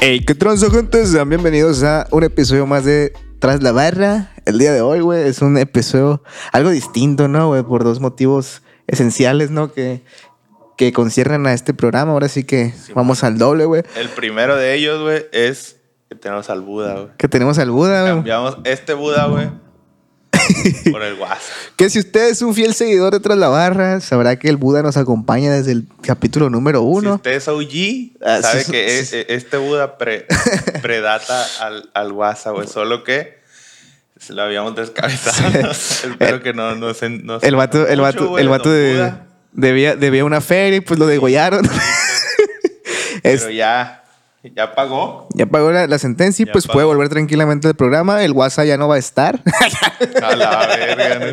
Hey, qué tronzo juntos, sean bienvenidos a un episodio más de Tras la Barra. El día de hoy, güey, es un episodio algo distinto, ¿no, güey? Por dos motivos esenciales, ¿no? Que, que conciernen a este programa. Ahora sí que vamos al doble, güey. El primero de ellos, güey, es que tenemos al Buda, güey. Que tenemos al Buda, güey. Cambiamos este Buda, güey, por el WhatsApp. Que si usted es un fiel seguidor de Tras la Barra, sabrá que el Buda nos acompaña desde el capítulo número Si uno. usted es OG, Ah, sabe sí, que sí, e- sí. e- este Buda pre- predata al, al WhatsApp, güey. Solo que se lo habíamos descabezado. Espero que no, no se. No se- El vato, el mucho, vato, güey, el vato don de, Buda. debía, debía una feria y pues lo degollaron. Este, Es- Pero ya, ya pagó. Ya pagó la, la sentencia y Ya pues pagó. puede volver tranquilamente al programa. El WhatsApp ya no va a estar. A la verga, ¿no?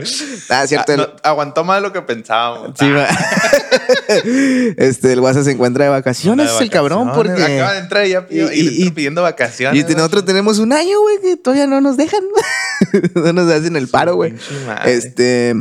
ah, cierto. Ah, el- no, aguantó más de lo que pensábamos. sí, Ah, va. este, el WhatsApp se encuentra de vacaciones, anda de el cabrón, vacaciones, Acaba de porque... entrar y ya pidió- Y- y le y- entró pidiendo vacaciones. Y te- nosotros tenemos un año, güey, que todavía no nos dejan. no nos hacen el paro, güey. pinche madre. Este,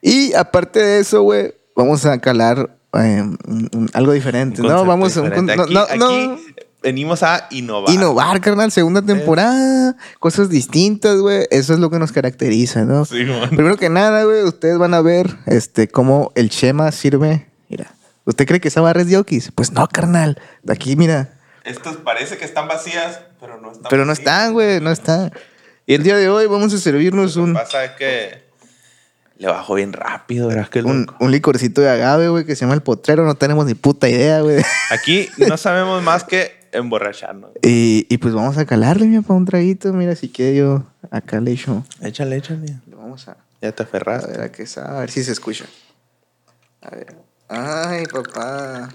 y aparte de eso, güey, vamos a calar eh, un- un- algo diferente, Un ¿no? concepto Vamos a un diferente. con- aquí, no, no, no. aquí venimos a innovar. Innovar, carnal, segunda temporada, cosas distintas, güey. Eso es lo que nos caracteriza, ¿no? Sí, mon. Primero que nada, güey, ustedes van a ver este, cómo el Chema sirve. Mira, ¿usted cree que esa barra es de Oquis? Pues no, carnal. De aquí, mira. Estas parece que están vacías, pero no están. Pero no vacías. está, güey, no está. Y el día de hoy vamos a servirnos Lo que un, pasa es que le bajó bien rápido, ¿verdad? Qué un, loco. un licorcito de agave, güey, que se llama el potrero. No tenemos ni puta idea, güey. Aquí no sabemos más que emborracharnos. Y, y pues vamos a calarle, mira, para un traguito. Mira, si que yo acá le echo. Échale, échale. le Vamos a. Ya te A aferraste. ver, a qué sabe, a ver si se escucha. A ver. Ay, papá.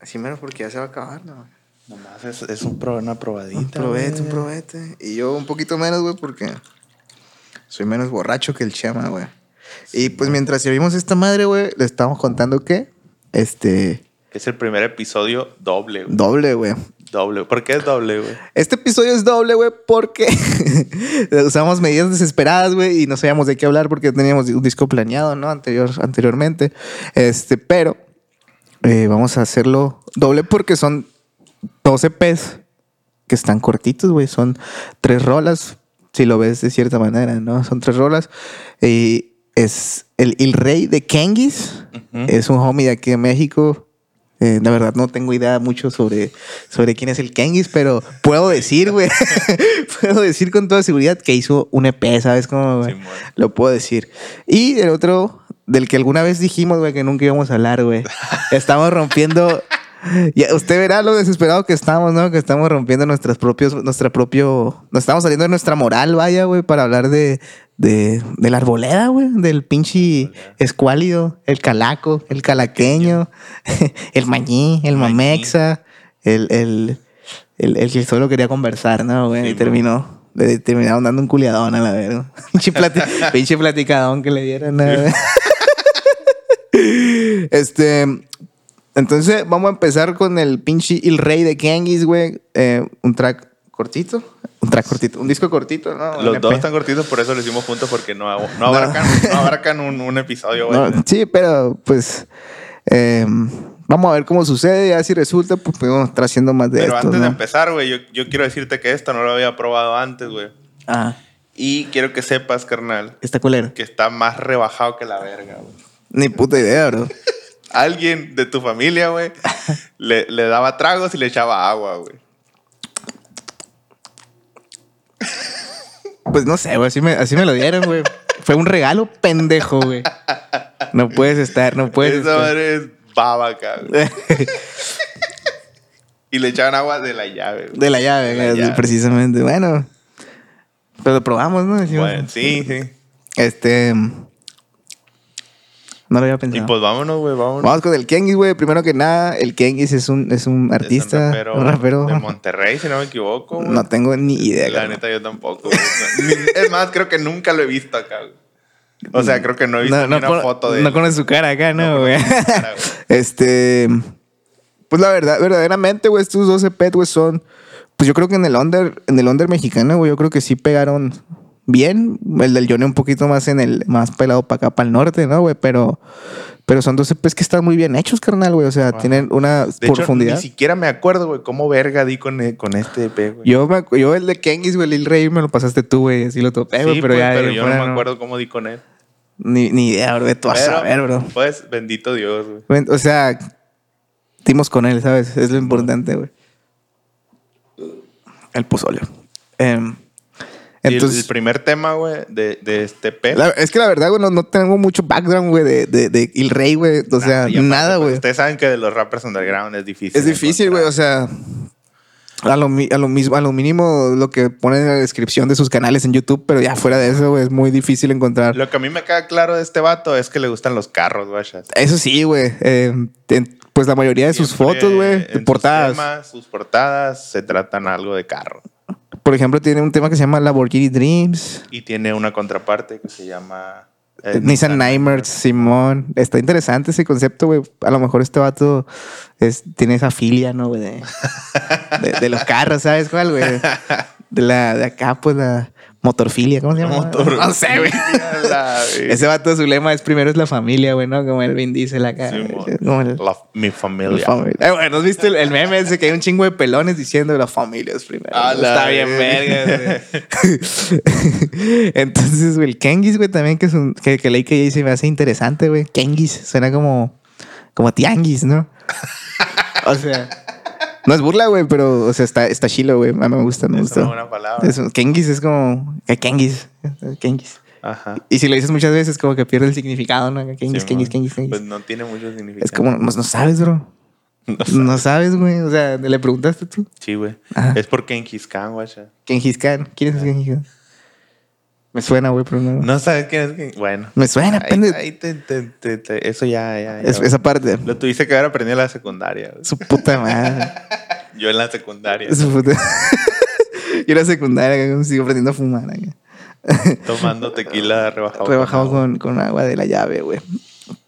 Así menos porque ya se va a acabar, ¿no? Nomás es, es un pro- una probadita. Un probete, güey. un probete. Y yo un poquito menos, güey, porque soy menos borracho que el chama, güey. Y pues mientras servimos esta madre, güey, le estamos contando que, este, Es el primer episodio doble, güey. doble, güey. Doble. ¿Por qué es doble, güey? Este episodio es doble, güey, porque usamos medidas desesperadas, güey, y no sabíamos de qué hablar porque teníamos un disco planeado, ¿no? Anterior, anteriormente. Este, pero eh, vamos a hacerlo doble porque son 12 Ps que están cortitos, güey. Son tres rolas, si lo ves de cierta manera, ¿no? Son tres rolas. Y es el, el rey de Kengis. Ujú. Es un homie de aquí de México. Eh, la verdad no tengo idea mucho sobre, sobre quién es el Kengis, pero puedo decir, güey, puedo decir con toda seguridad que hizo un EP, ¿sabes cómo? güey? Simón. Lo puedo decir. Y el otro, del que alguna vez dijimos, güey, que nunca íbamos a hablar, güey. Estamos rompiendo... Ya, usted verá lo desesperado que estamos, ¿no? Que estamos rompiendo nuestras propios, nuestra propio... Nos estamos saliendo de nuestra moral, vaya, güey, para hablar de, de, de la arboleda, güey. Del pinche escuálido, el calaco, el calaqueño, el mañí, el Mañí. mamexa, el, el, el, el que solo quería conversar, ¿no, güey? Sí, y mo. terminó. le terminaron dando un culiadón a la verga. Pinche, plati- pinche platicadón que le dieron. a- este. Entonces, vamos a empezar con el pinche El Rey de Kangis, güey. Eh, un track cortito. Un track cortito. Un disco cortito, ¿no? Los Un E dos EP. están cortitos, por eso lo hicimos juntos, porque no, no abarcan, no abarcan un, un episodio, güey. No, sí, pero pues. eh, vamos a ver cómo sucede. Ya si resulta, pues podemos estar haciendo más de Pero esto. antes de ¿no? empezar, güey, yo, yo quiero decirte que esto no lo había probado antes, güey. Ah, Y quiero que sepas, carnal, está culero. que está más rebajado que la verga, güey. Ni puta idea, bro. Alguien de tu familia, güey, le, le daba tragos y le echaba agua, güey. Pues no sé, güey, así me, así me lo dieron, güey. Fue un regalo pendejo, güey. No puedes estar, no puedes Esa estar. madre es babaca, güey. Y le echaban agua de la llave, güey. De la llave, De la güey, llave. precisamente. Bueno, pero lo probamos, ¿no? Decimos, Bueno, sí, sí. Este... No lo había Y pensado. pues vámonos, güey, vámonos. Vamos con el Kengis, güey. Primero que nada, el Kengis es un, es un Es un artista, rapero un rapero. Este, de Monterrey, si no me equivoco, güey. no tengo ni idea. La güey. neta, yo tampoco. güey. No, ni- es más, creo que nunca lo he visto acá. güey. O sea, creo que no he visto ni una cono- foto de No él. conoce su cara acá, ¿no, güey? cara, güey. este... Pues la verdad, verdaderamente, güey, estos 12 pet, güey, son... Pues yo creo que en el under, en el under mexicano, güey, yo creo que sí pegaron bien. El del Johnny un poquito más en el... Más pelado para acá, para el norte, ¿no, güey? Pero... Pero son 12 Ps que están muy bien hechos, carnal, güey. O sea, Wow. tienen una De profundidad. hecho, ni siquiera me acuerdo, güey, cómo verga di con, eh, con este EP, güey. yo, me acu- yo el de Kengis, güey, el Rey me lo pasaste tú, güey. Así lo topé, Sí, eh, güey. pero pues, ya. pero de yo fuera no me acuerdo cómo di con él. Ni, ni idea, bro. Tú vas a Pero, saber, bro. Pues, bendito Dios, güey. Ven, O sea, dimos con él, ¿sabes? Es lo importante, güey. El pozole. Em, Y el- entonces, el, primer tema, güey, de, de este EP. la- es que la verdad, güey, no, no tengo mucho background, güey, de, de, de El Rey, güey. O sea, y aparte, nada, pues, güey. Ustedes saben que de los rappers underground es difícil. Es difícil, güey. O sea, a lo, mi- a lo mismo, a lo mínimo lo que ponen en la descripción de sus canales en YouTube, pero ya fuera de eso, güey, es muy difícil encontrar. Lo que a mí me queda claro de este vato es que le gustan los carros, güey. Shaz. Eso sí, güey. em, en- pues la mayoría de sus Siempre fotos, güey, en sus portadas. temas, Sus, portadas se tratan algo de carro. Por ejemplo, tiene un tema que se llama Lamborghini Dreams. Y tiene una contraparte que se llama... eh, Nissan Nightmares, Simón. Está interesante ese concepto, güey. A lo mejor este vato es- tiene esa filia, ¿no, güey? De, de- de los carros, ¿sabes cuál, güey? De, la, de acá, pues, la motorfilia. ¿Cómo se llama? Motor- No sé, güey. La- Ese vato, su lema es primero es la familia, güey, ¿no? Como el Vin Diesel acá. Simón. eh, Como el- La- mi la familia. familia. Eh, bueno, ¿has visto el, el meme ese que hay un chingo de pelones diciendo la familia es primero? A la Está bien, verga. verga, güey. Entonces, güey, el Kengis, güey, también que es un. que, que leí que ahí se me hace interesante, güey. Kengis suena como. como tianguis, ¿no? o sea. No es burla, güey, pero, o sea, está, está chilo, güey. A mí me gusta, me Es una gusta. buena palabra. Es un- Kengis es como. eh, Kengis. Kengis. Ajá. Y si lo dices muchas veces, como que pierde el significado, ¿no? Kengis, Simón. Kengis, Kengis, Kengis. Pues no tiene mucho significado. Es como, no, no sabes, bro. No sabes, güey. O sea, le preguntaste tú. Sí, güey. Ajá. Es por Genghis Khan, güey. Shaz. Gengis Khan. ¿Quién es Gengis Khan? Me suena, güey, pero no. No sabes quién es Genghis Bueno. Me suena, Ahí- pendejo. ahí te- te- te- te- eso ya, ya, ya. Es- esa parte. Lo tuviste que haber aprendido en la secundaria. güey. Su puta madre. Yo en la secundaria, Su puta. Yo era secundaria, güey, me sigo aprendiendo a fumar. güey. tomando tequila rebajado. Rebajado agua. con, con agua de la llave, güey.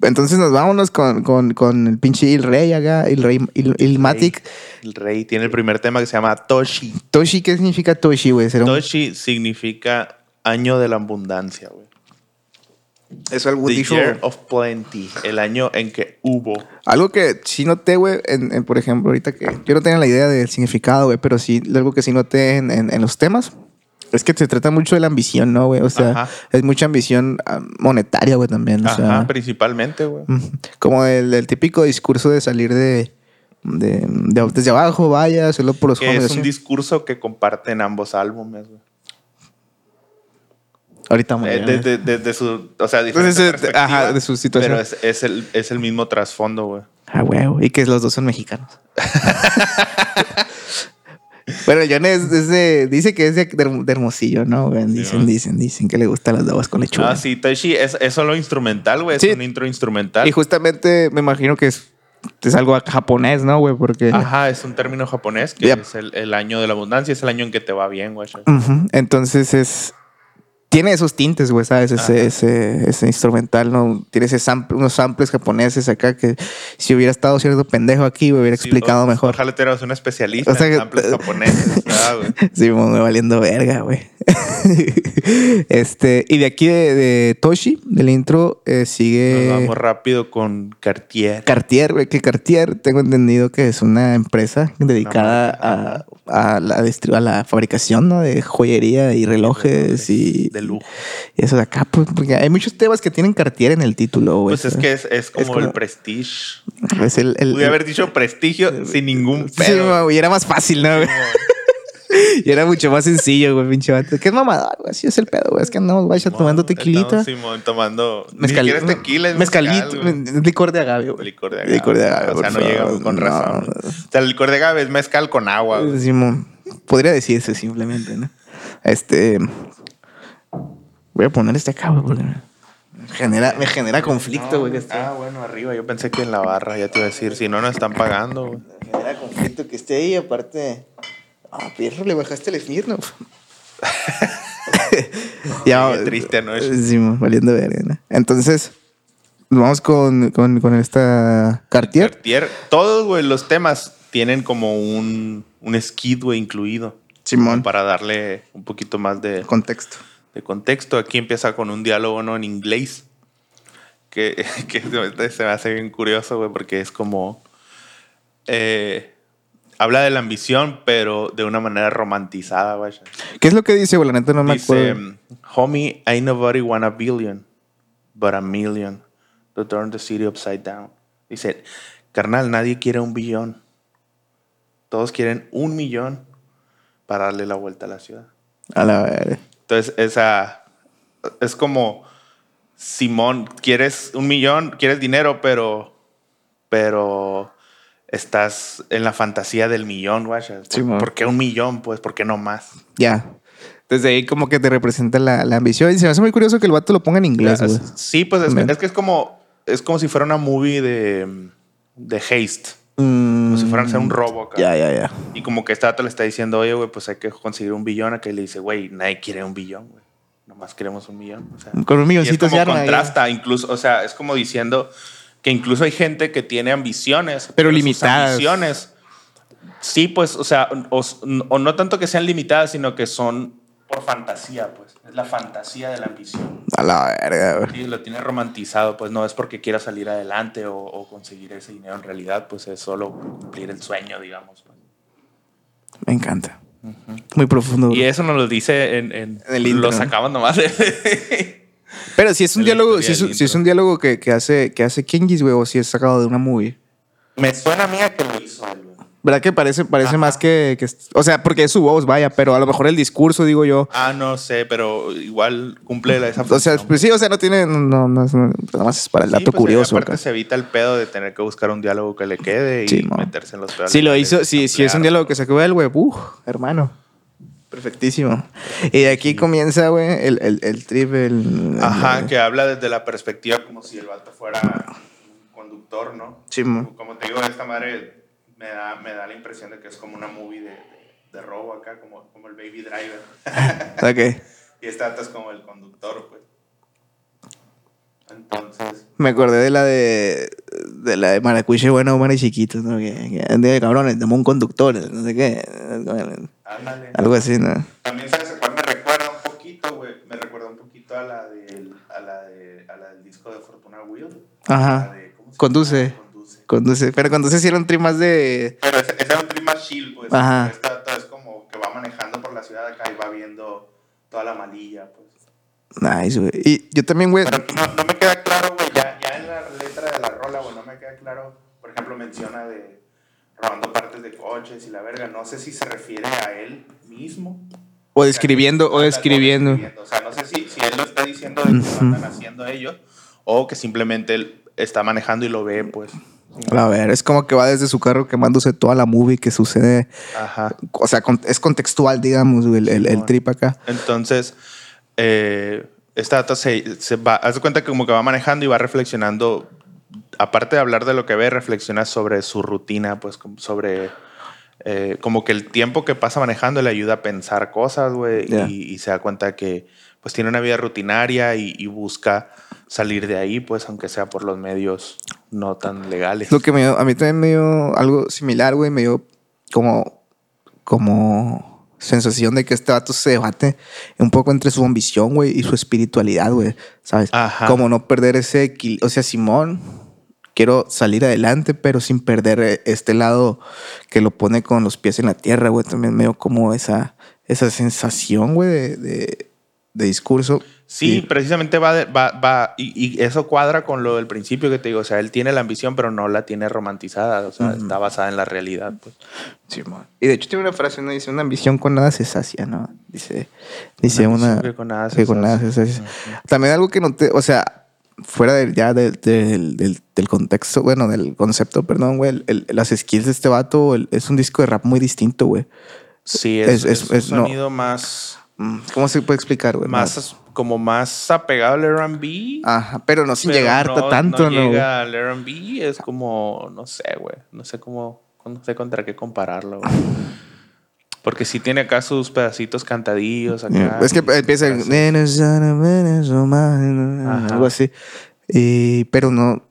Entonces nos vámonos con, con, con el pinche Il Rey acá, Il Rey, Il, Ilmatic. El rey tiene el primer tema que se llama Toshi. Toshi, ¿qué significa Toshi, güey? ¿Será un- Toshi significa año de la abundancia, güey. ¿Es algo The dicho? year of plenty. El año en que hubo. Algo que sí noté, güey, en, en, por ejemplo, ahorita que yo no tenía la idea del significado, güey, pero sí, algo que sí noté en, en- en los temas es que se trata mucho de la ambición, ¿no, güey? O sea, Ajá. es mucha ambición ah, monetaria, güey, también. o sea, Ajá, principalmente, güey. mm, como el, el típico discurso de salir de, de, de- desde abajo, vaya, hacerlo por los Que jóvenes. es un así. discurso que comparten ambos álbumes, güey. Ahorita vamos a Eh, ver. Desde desde su. O sea, diferente Desde- perspectiva, Pues ajá, de su situación. Pero es, es el, es el mismo trasfondo, güey. Ah, huevo. Y que los dos son mexicanos. Bueno, John es, es de- dice que es de, Herm- de Hermosillo, ¿no? güey? Dicen, man. dicen, dicen que le gustan las babas con lechuga. Ah, sí, Toshi es, es solo instrumental, güey. Es Sí. un intro instrumental. Y justamente me imagino que es, es algo japonés, ¿no, güey? Porque... Ajá, es un término japonés que Ya. es el, el año de la abundancia, es el año en que te va bien, güey. Ujú. Entonces es... Tiene esos tintes, güey, ¿sabes? Ajá. Ese, ese, ese instrumental, ¿no? Tiene ese sample- unos samples japoneses acá que si hubiera estado cierto pendejo aquí, me hubiera Sí, explicado o- mejor. Ojalá te eras un especialista O sea en que- samples japoneses, ¿verdad, güey? Sí, me valiendo verga, güey. este, y de aquí de, de Toshi, del intro, eh, sigue Nos vamos rápido con Cartier. Cartier, güey. Que Cartier, tengo entendido que es una empresa dedicada marca, a, a la, distri- a la fabricación ¿no? de joyería y relojes y, De lujo. y eso de acá. Pues, porque hay muchos temas que tienen Cartier en el título, güey. Pues es que es, es como como- el prestige. Es el, el- Pude haber dicho prestigio sin ningún Sí, pedo. güey, y era más fácil, ¿no? güey? Y era mucho más sencillo, güey, pinche vato. Que es mamador, güey. Así es el pedo, güey. Es que andamos, vaya, tomando tequilita. Estamos, Simón, tomando. Mezcal- ni siquiera es tequila, es mezcalito, mezcal, güey. me- licor de agave, güey. Licor de agave. Licor de agave, O sea, por no llega favor, con no, razón. no. O sea, el licor de agave es mezcal con agua. güey. Simón, podría decirse simplemente, ¿no? Este. Voy a poner este acá, güey, porque me genera, me genera conflicto, güey. que esté- Ah, bueno, arriba. Yo pensé que en la barra, ya te iba a decir. Si no, nos están pagando, güey. Me genera conflicto que esté ahí, aparte. Ah, perro, le bajaste el Smirnoff. ya, Qué triste, ¿no? Sí, mo, valiendo verga, ¿no? Entonces, vamos con, con, con esta Cartier. Cartier. Todos, güey, los temas tienen como un, un skid, güey, incluido. Simón. Para darle un poquito más de, Contexto. de contexto. Aquí empieza con un diálogo, ¿no? En inglés. que, que se, se me hace bien curioso, güey, porque es como... eh, habla de la ambición, pero de una manera romantizada, güey. ¿Qué es lo que dice, güey? La neta no me Dice, acuerdo. homie, ain't nobody want a billion, but a million to turn the city upside down. Dice, carnal, nadie quiere un billón. Todos quieren un millón para darle la vuelta a la ciudad. A la verga. Entonces, esa es como Simón, quieres un millón, quieres dinero, pero pero estás en la fantasía del millón, güey. Simón. ¿Por qué un millón? Pues, ¿por qué no más? Ya. Desde ahí como que te representa la, la ambición. Y se me hace muy curioso que el vato lo ponga en inglés, Ya, güey. es- Sí, pues es, También. es que es como es como si fuera una movie de, de haste, como si fueran a hacer un robo acá. Mm, Ya, ya, ya. Y como que este dato le está diciendo, oye, güey, pues hay que conseguir un billón. A que le dice, güey, nadie quiere un billón, güey. Nomás queremos un millón. O sea, Con un y milloncito es como se arma, contrasta, incluso, o sea, es como diciendo que incluso hay gente que tiene ambiciones. sus limitadas. ambiciones, sí, pues, o sea, o, o no tanto que sean limitadas, sino que son por fantasía, pues. Es la fantasía de la ambición. A la verga, güey. Sí, lo tiene romantizado, pues no es porque quiera salir adelante o, o conseguir ese dinero en realidad, pues es solo cumplir el sueño, digamos. pues. Me encanta. Muy profundo. Y güey. eso nos lo dice en... en- En el intro, lo ¿no? sacaban nomás de... Pero si es un de la diálogo, historia si es, del un- si es intro. un diálogo que, que hace que hace Kingis, güey, o si es sacado de una movie. Me suena a mí a que lo hizo. güey. ¿Verdad que parece, parece más que, que- O sea, porque es su voz, vaya, pero a lo mejor el discurso, digo yo. Ah, no sé, pero igual cumple la- esa O sea, función. pues sí, o sea, no tiene. No, no, no, nada más es para el Sí, dato pues, curioso. Aparte acá. se evita el pedo de tener que buscar un diálogo que le quede y Sí, mo. meterse en los pedales. Si lo hizo, si, si es un diálogo que sacó el güey, uh, hermano. Perfectísimo. Y de aquí comienza, güey, el, el, el trip, el. Ajá, el- que habla desde la perspectiva como si el vato fuera un conductor, ¿no? Sí, mo. Como te digo, esta madre me da, me da la impresión de que es como una movie de, de- de robo acá, como, como el Baby Driver. Ok. y esta vato es como el conductor, pues. Entonces, Me acordé de la de. De la de Maracuche, bueno, humana y chiquito, ¿no? Que, que ande de cabrones, tomó un conductor, no sé qué. ándale. Algo así, ¿no? También sabes a cuál me recuerda un poquito, güey. Me recuerda un poquito a la del, a la de, a la del disco de Fortuna Will. Ajá. La de- ¿cómo se llama? Conduce. Conduce. Conduce. Pero conduce sí era un trip más de. Pero ese, ese era un trip más chill, pues. Ajá. Pero Esta, esta es como que va manejando por la ciudad acá y va viendo toda la malilla, pues. Nice, güey. Y yo también, güey. Pero no, no me queda claro, güey, ya, ya en la letra de la rola, güey, no me queda claro. Por ejemplo, menciona de robando partes de coches y la verga. No sé si se refiere a él mismo. O describiendo, o describiendo. O sea, no sé si, si él lo está diciendo de que lo andan haciendo ellos o que simplemente él está manejando y lo ve, pues. A ver, es como que va desde su carro quemándose toda la movie que sucede. Ajá. O sea, con- es contextual, digamos, güey, el, el- el Simón. trip acá. Entonces, eh, esta data se, se va, haz de cuenta que como que va manejando y va reflexionando, aparte de hablar de lo que ve, reflexiona sobre su rutina, pues como- sobre eh, como que el tiempo que pasa manejando le ayuda a pensar cosas, güey, Ya. y, y se da cuenta que pues tiene una vida rutinaria y, y busca salir de ahí, pues aunque sea por los medios no tan legales. Lo que me dio- a mí también me dio algo similar, güey. Me dio como, como sensación de que este vato se debate un poco entre su ambición, güey, y su espiritualidad, güey. ¿Sabes? Ajá. Como no perder ese equilibrio. O sea, Simón, quiero salir adelante, pero sin perder eh, este lado que lo pone con los pies en la tierra, güey. También me dio como esa, esa sensación, güey, de, de- de discurso. Sí, Y- precisamente va, de- va, va y, y eso cuadra con lo del principio que te digo, o sea, él tiene la ambición, pero no la tiene romantizada, o sea, está basada en la realidad. Pues. Simón. Y de hecho tiene una frase, ¿no? Dice, una ambición con nada se sacia, ¿no? Dice, dice Una una... ambición que con nada se que con nada sacia. se sacia. También algo que noté, o sea, fuera del- ya del- del, del- del contexto, bueno, del concepto, perdón, güey, el- el- las skills de este vato el- es un disco de rap muy distinto, güey. Sí, Es- es, es- es un es- no. sonido más, Mm, ¿Cómo se puede explicar, güey? más, como más apegado al R&B. Ajá, pero Ah, no sin pero llegar no- tanto, ¿no? No güey? llega al R&B, es como, no sé, güey, no sé cómo, no sé contra qué compararlo, güey. Porque sí tiene acá sus pedacitos cantadillos acá. Yeah. Es que y empieza eh, el- frases. Ajá. algo así. Y- pero no,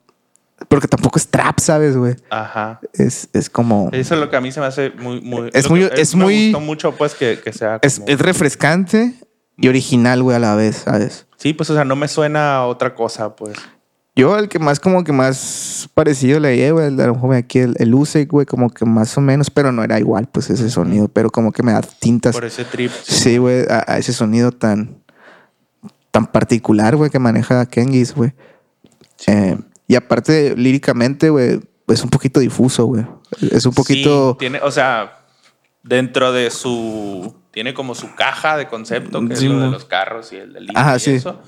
porque tampoco es trap, ¿sabes, güey? Ajá. Es, es como... Eso es lo que a mí se me hace muy, muy. Es lo muy- que- es me muy- gustó mucho, pues, que, que sea. Es, como- es refrescante y original, güey, a la vez, ¿sabes? Sí, pues, o sea, no me suena a otra cosa, pues. Yo el que más como que más parecido le llevo, el de a lo mejor aquí el, el Usyk, güey, como que más o menos, pero no era igual pues ese sonido, pero como que me da tintas. Por ese trip. Sí, güey, a, a ese sonido tan, tan particular, güey, que maneja Kengis, güey. Eh, y aparte, líricamente, güey, es un poquito difuso, güey. Es un poquito... Sí, tiene, o sea, dentro de su. Tiene como su caja de concepto, que Sí, es lo de mo. los carros y el del Ajá, y sí. eso.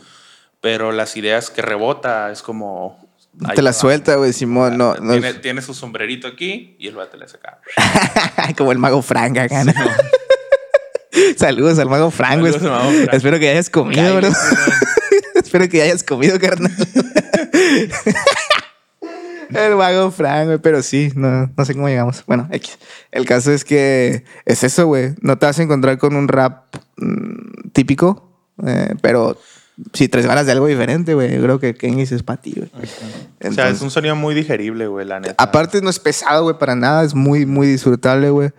Pero las ideas que rebota es como. ahí te la va. Ah, suelta, güey, Simón. No, no- tiene, tiene su sombrerito aquí y el vato le saca. Como el mago Frank acá, ¿no? Saludos al mago Frank, güey. Saludos al mago Frank. Espero que hayas comido, bro. Espero que hayas comido, carnal. El mago Frank, güey, pero sí, no, no sé cómo llegamos. Bueno, X. El caso es que es eso, güey. No te vas a encontrar con un rap mm, típico, eh, pero si traes ganas de algo diferente, güey, creo que Kengis es para ti, güey. o sea, Entonces- es un sonido muy digerible, güey, la neta. Aparte no es pesado, güey, para nada. Es muy, muy disfrutable, güey.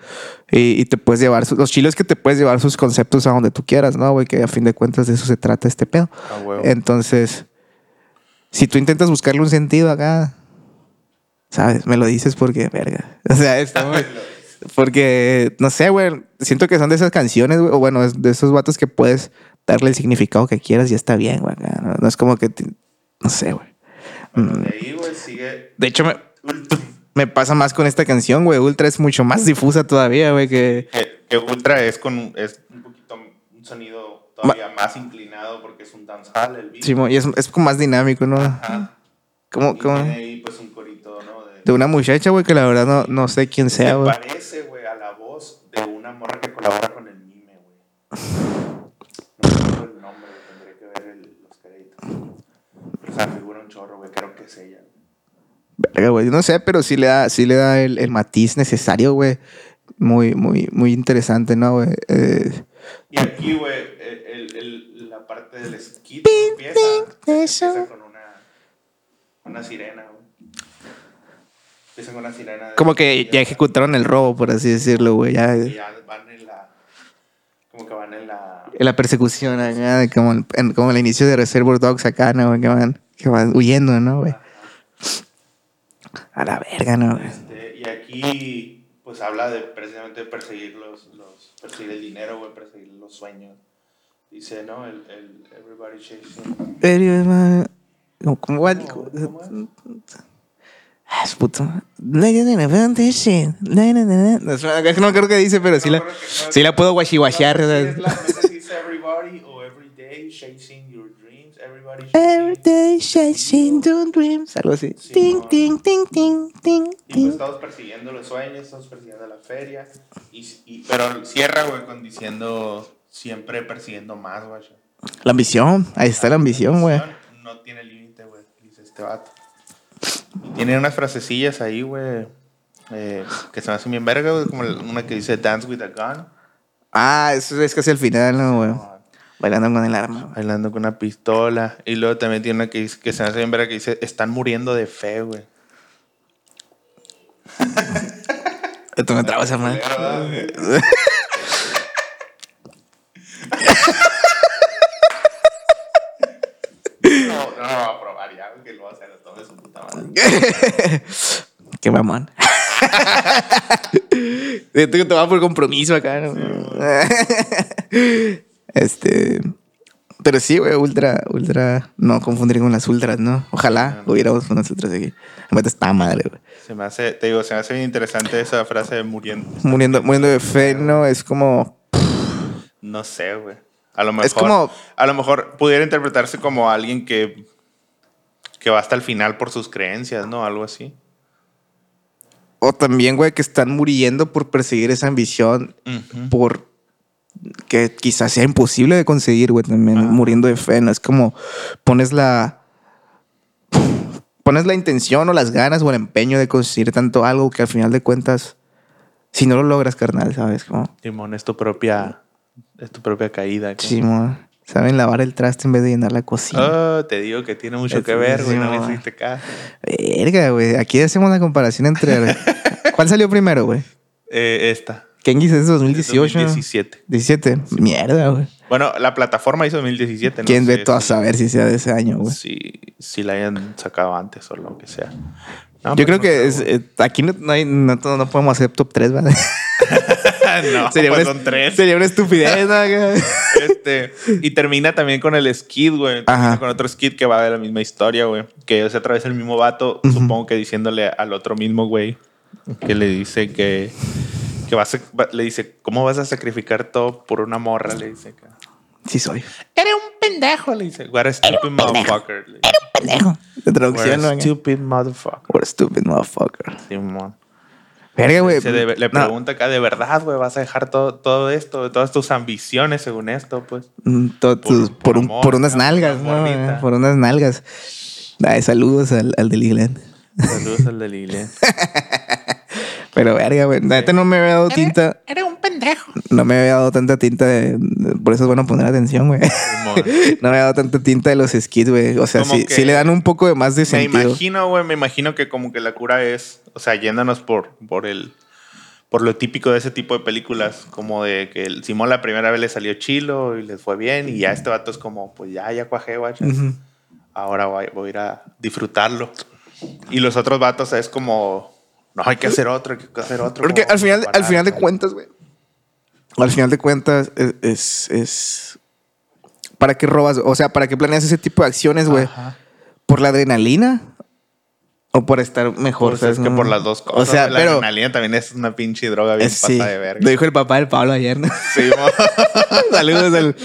Y, y te puedes llevar... su- Los chiles que te puedes llevar sus conceptos a donde tú quieras, ¿no, güey? Que a fin de cuentas de eso se trata este pedo. Ah, huevo. Entonces, si tú intentas buscarle un sentido acá... ¿Sabes? Me lo dices porque, verga. O sea, está muy- Porque, no sé, güey. Siento que son de esas canciones, güey. O bueno, es de esos vatos que puedes darle el significado que quieras y está bien, güey. acá, ¿no? No es como que... te- No sé, güey. Mm. Bueno, de ahí, güey, sigue. De hecho, me, me pasa más con esta canción, güey. Ultra es mucho más difusa todavía, güey, que... Que, que Ultra es con un- es un poquito un sonido todavía más inclinado porque es un dancehall el beat. Simón, y es, es como más dinámico, ¿no? Ajá. Como, Y como- tiene ahí pues un corito, ¿no? De- De una muchacha, güey, que la verdad no, no sé quién sea, Se güey. parece, güey, a la voz de una morra que colabora con el mime, güey. No recuerdo el nombre, güey, tendré que ver el- los créditos. Pero se me figura un chorro, güey, creo que es ella. Verga, güey. No sé, pero sí le da, sí le da el, el matiz necesario, güey. Muy, muy, muy interesante, ¿no, güey? Eh, Y aquí, güey, el- el- el- la parte del skit empieza, empieza con una, una sirena, güey. Empieza con una sirena. de- como que ya y- ejecutaron el robo, por así decirlo, güey. Ya Y eh, ya van en la... Como que van en la... la persecución acá, de como, el- en- como el inicio de Reservoir Dogs acá, ¿no, güey? Que van, que van huyendo, ¿no, güey? A la verga, ¿no, güey? Este, y aquí, pues habla de precisamente perseguir los, los perseguir el dinero, güey, perseguir los sueños. Dice, ¿no? El, el everybody chasing. Everybody- no, ¿Cómo va? ¿Cómo- cómo Ah, es puto. No es que no creo que dice, pero sí la, No creo que- sí la puedo guachihuachear. No o sea. sé si es la- no sé si dice everybody o every day chasing your dreams, everybody Every chasing. day chasing your dreams. Algo así. Sí, Ting, no. ting, ting, ting, ting, Y pues ting. estamos persiguiendo los sueños, estamos persiguiendo la feria. Y, y- pero cierra, güey, con diciendo siempre persiguiendo más, güey. La ambición. Ahí está la ambición, güey. No tiene límite, güey, dice este vato. Y tiene unas frasecillas ahí, güey, eh, que se me hacen bien verga, güey, como una que dice Dance with a Gun. Ah, eso es casi el final, ¿no, güey? Bailando con el arma. güey. Bailando con una pistola. Y luego también tiene una que, dice- que se me hace bien verga que dice, están muriendo de fe, güey. Esto me trabas, hermano. No, no, no, a probar ya, güey, que lo va a hacer, lo tome su puta madre. Qué mamón. Siento que te va por compromiso acá. ¿no? este. Pero sí, güey, ultra, ultra. No confundir con las ultras, ¿no? Ojalá hubiéramos unas ultras aquí. En verdad está madre, güey. Se me hace, te digo, se me hace bien interesante esa frase de muriendo. Muriendo, muriendo de fe, ¿no? Es como. No sé, güey. A lo mejor. Es como- A lo mejor pudiera interpretarse como alguien que. que va hasta el final por sus creencias, ¿no? Algo así. O también, güey, que están muriendo por perseguir esa ambición por que quizás sea imposible de conseguir, güey, también Ajá. muriendo de fe, ¿no? Es como pones la pones la intención o las ganas o el empeño de conseguir tanto algo que al final de cuentas si no lo logras, carnal, ¿sabes? Como Timón, es tu propia. es tu propia caída. ¿qué? Simón, saben lavar el traste en vez de llenar la cocina. Oh, te digo que tiene mucho Es- que ver, güey. No me Simón. hiciste caso. Verga, güey, aquí hacemos la comparación entre ¿Cuál salió primero, güey? Eh, esta. Kengis es de del 2018. 2017. 17. Mierda, güey. Bueno, la plataforma hizo 2017. ¿no? ¿Quién ve Sí, todo a sí. saber si sea de ese año, güey? si, si la hayan sacado antes o lo que sea. No, Yo pues creo no que sé, es- güey. eh, aquí no, no hay- no- no podemos hacer top 3, ¿verdad? no, sería, pues una, son tres. sería una estupidez, ¿no? Este, y termina también con el skid, güey. Termina Ajá. Con otro skid que va de la misma historia, güey. Que es otra vez el mismo vato, supongo que diciéndole al otro mismo, güey, que le dice que. Que va a sac- va- le dice, ¿cómo vas a sacrificar todo por una morra? Le dice acá. Sí, soy. Eres un pendejo, le dice. What a stupid motherfucker. le dice. Pendejo. De What a traducción, ¿no? stupid motherfucker. What a stupid motherfucker. Simón. Verga, güey. Se de- le no, pregunta acá, de verdad, güey, vas a dejar todo, todo esto, todas tus ambiciones según esto, pues. mm, to- tus- por por, un- amor, por unas por una nalgas, ¿no? morrita. Por unas nalgas. Ay, saludos al, al de Ligland. Saludos al de Lilian. Pero verga, güey. La neta no me había dado tinta. Eres un pendejo. No me había dado tanta tinta de- Por eso es bueno poner atención, güey. No me había dado tanta tinta de los skits, güey. O sea, Como sí, que- sí le dan un poco de más de Me sentido. imagino, güey, me imagino que como que la cura es, o sea, yéndonos por, por el por lo típico de ese tipo de películas, como de que el Simón la primera vez le salió chilo y les fue bien y ya este vato es como, pues ya, ya cuajé, guacha. Ujú. ahora voy, voy a ir a disfrutarlo. Y los otros vatos es como, no, hay que hacer otro, hay que hacer otro. Porque como al final, al parar, final de güey. cuentas, güey. Al final de cuentas, es, es, es- ¿Para qué robas? O sea, ¿para qué planeas ese tipo de acciones, güey? Ajá. ¿Por la adrenalina? ¿O por estar mejor? Pues sabes? es que No. por las dos cosas. O sea, la pero. adrenalina también es una pinche droga bien es- pasa sí, de Lo verga. dijo el papá del Pablo ayer, ¿no? Sí, mo- Saludos al-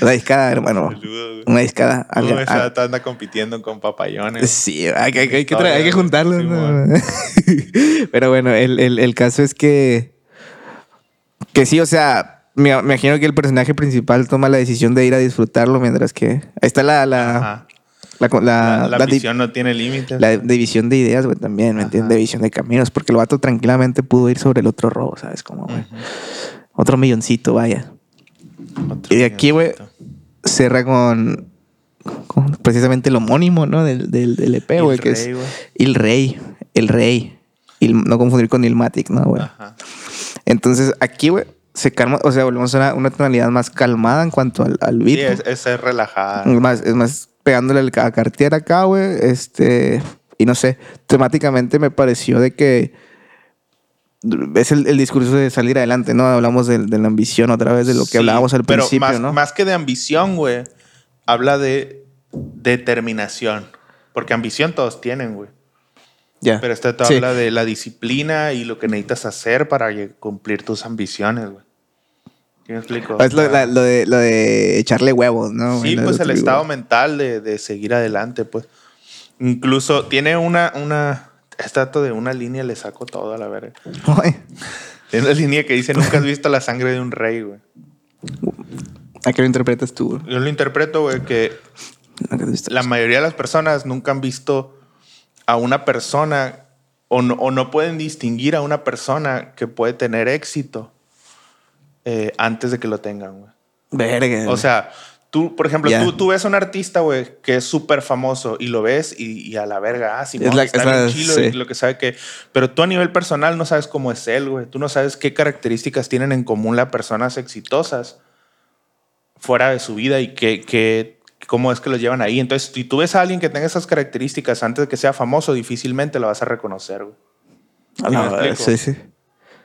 a la discada, hermano. Saludos, güey. Una discada. al- No, esa al- vato anda compitiendo con papayones. Sí, hay, que- hay que- hay que, Historia, tra- hay que güey. juntarlos. Sí, ¿no? Pero bueno, el, el- el caso es que. Que sí, o sea, me me imagino que el personaje principal toma la decisión de ir a disfrutarlo mientras que. Ahí está la. La, Ajá. la, la- La, la ah, la di- visión no tiene límites. la división de ideas, güey, también, ¿me entiendes? División de caminos, porque el vato tranquilamente pudo ir sobre el otro robo, ¿sabes? Como, güey. Otro milloncito, vaya. Otro y de aquí, güey, milloncito. Cerra con. con precisamente el homónimo, ¿no? Del, del, del EP, El güey, que es. rey, güey. El rey, el rey. Il- no confundir con Ilmatic, ¿no, güey? Ajá. Entonces, aquí, güey, se calma, o sea, volvemos a una, una tonalidad más calmada en cuanto al, al Sí, beat. es, ah. ¿no? es ser relajada. es, más, es más pegándole el ca- a cartier acá, güey. Este, y no sé, temáticamente me pareció de que es el, el discurso de salir adelante, ¿no? Hablamos de, de la ambición otra vez, de lo que Sí, hablábamos al pero principio, más, ¿no? más que de ambición, güey, habla de determinación. Porque ambición todos tienen, güey. Ya. Pero esta te Sí. habla de la disciplina y lo que necesitas hacer para lleg- cumplir tus ambiciones, güey. ¿Sí me explico? Es Pues lo, la- lo de, lo de echarle huevos, ¿no? güey? sí, Lo de pues lo el que- estado mental de, de seguir adelante, pues. Incluso tiene una, una estatua de una línea, le saco todo a la verga. Ay, Tiene una línea que dice, nunca has visto la sangre de un rey, güey. ¿A qué lo interpretas tú? güey? Yo lo interpreto, güey, que Nunca te he visto. la mayoría de las personas nunca han visto a una persona o no, o no pueden distinguir a una persona que puede tener éxito eh, antes de que lo tengan, güey. Verga. O sea, tú, por ejemplo, Ya. tú, tú ves a un artista, güey, que es súper famoso y lo ves y, y a la verga, ah, sí, Es la- está es bien la- chilo sí. y lo que sabe que... Pero tú a nivel personal no sabes cómo es él, güey. Tú no sabes qué características tienen en común las personas exitosas fuera de su vida y qué, qué, cómo es que lo llevan ahí. Entonces, si tú ves a alguien que tenga esas características antes de que sea famoso, difícilmente lo vas a reconocer, güey. Ah, ¿Sí me no, explico? sí, sí.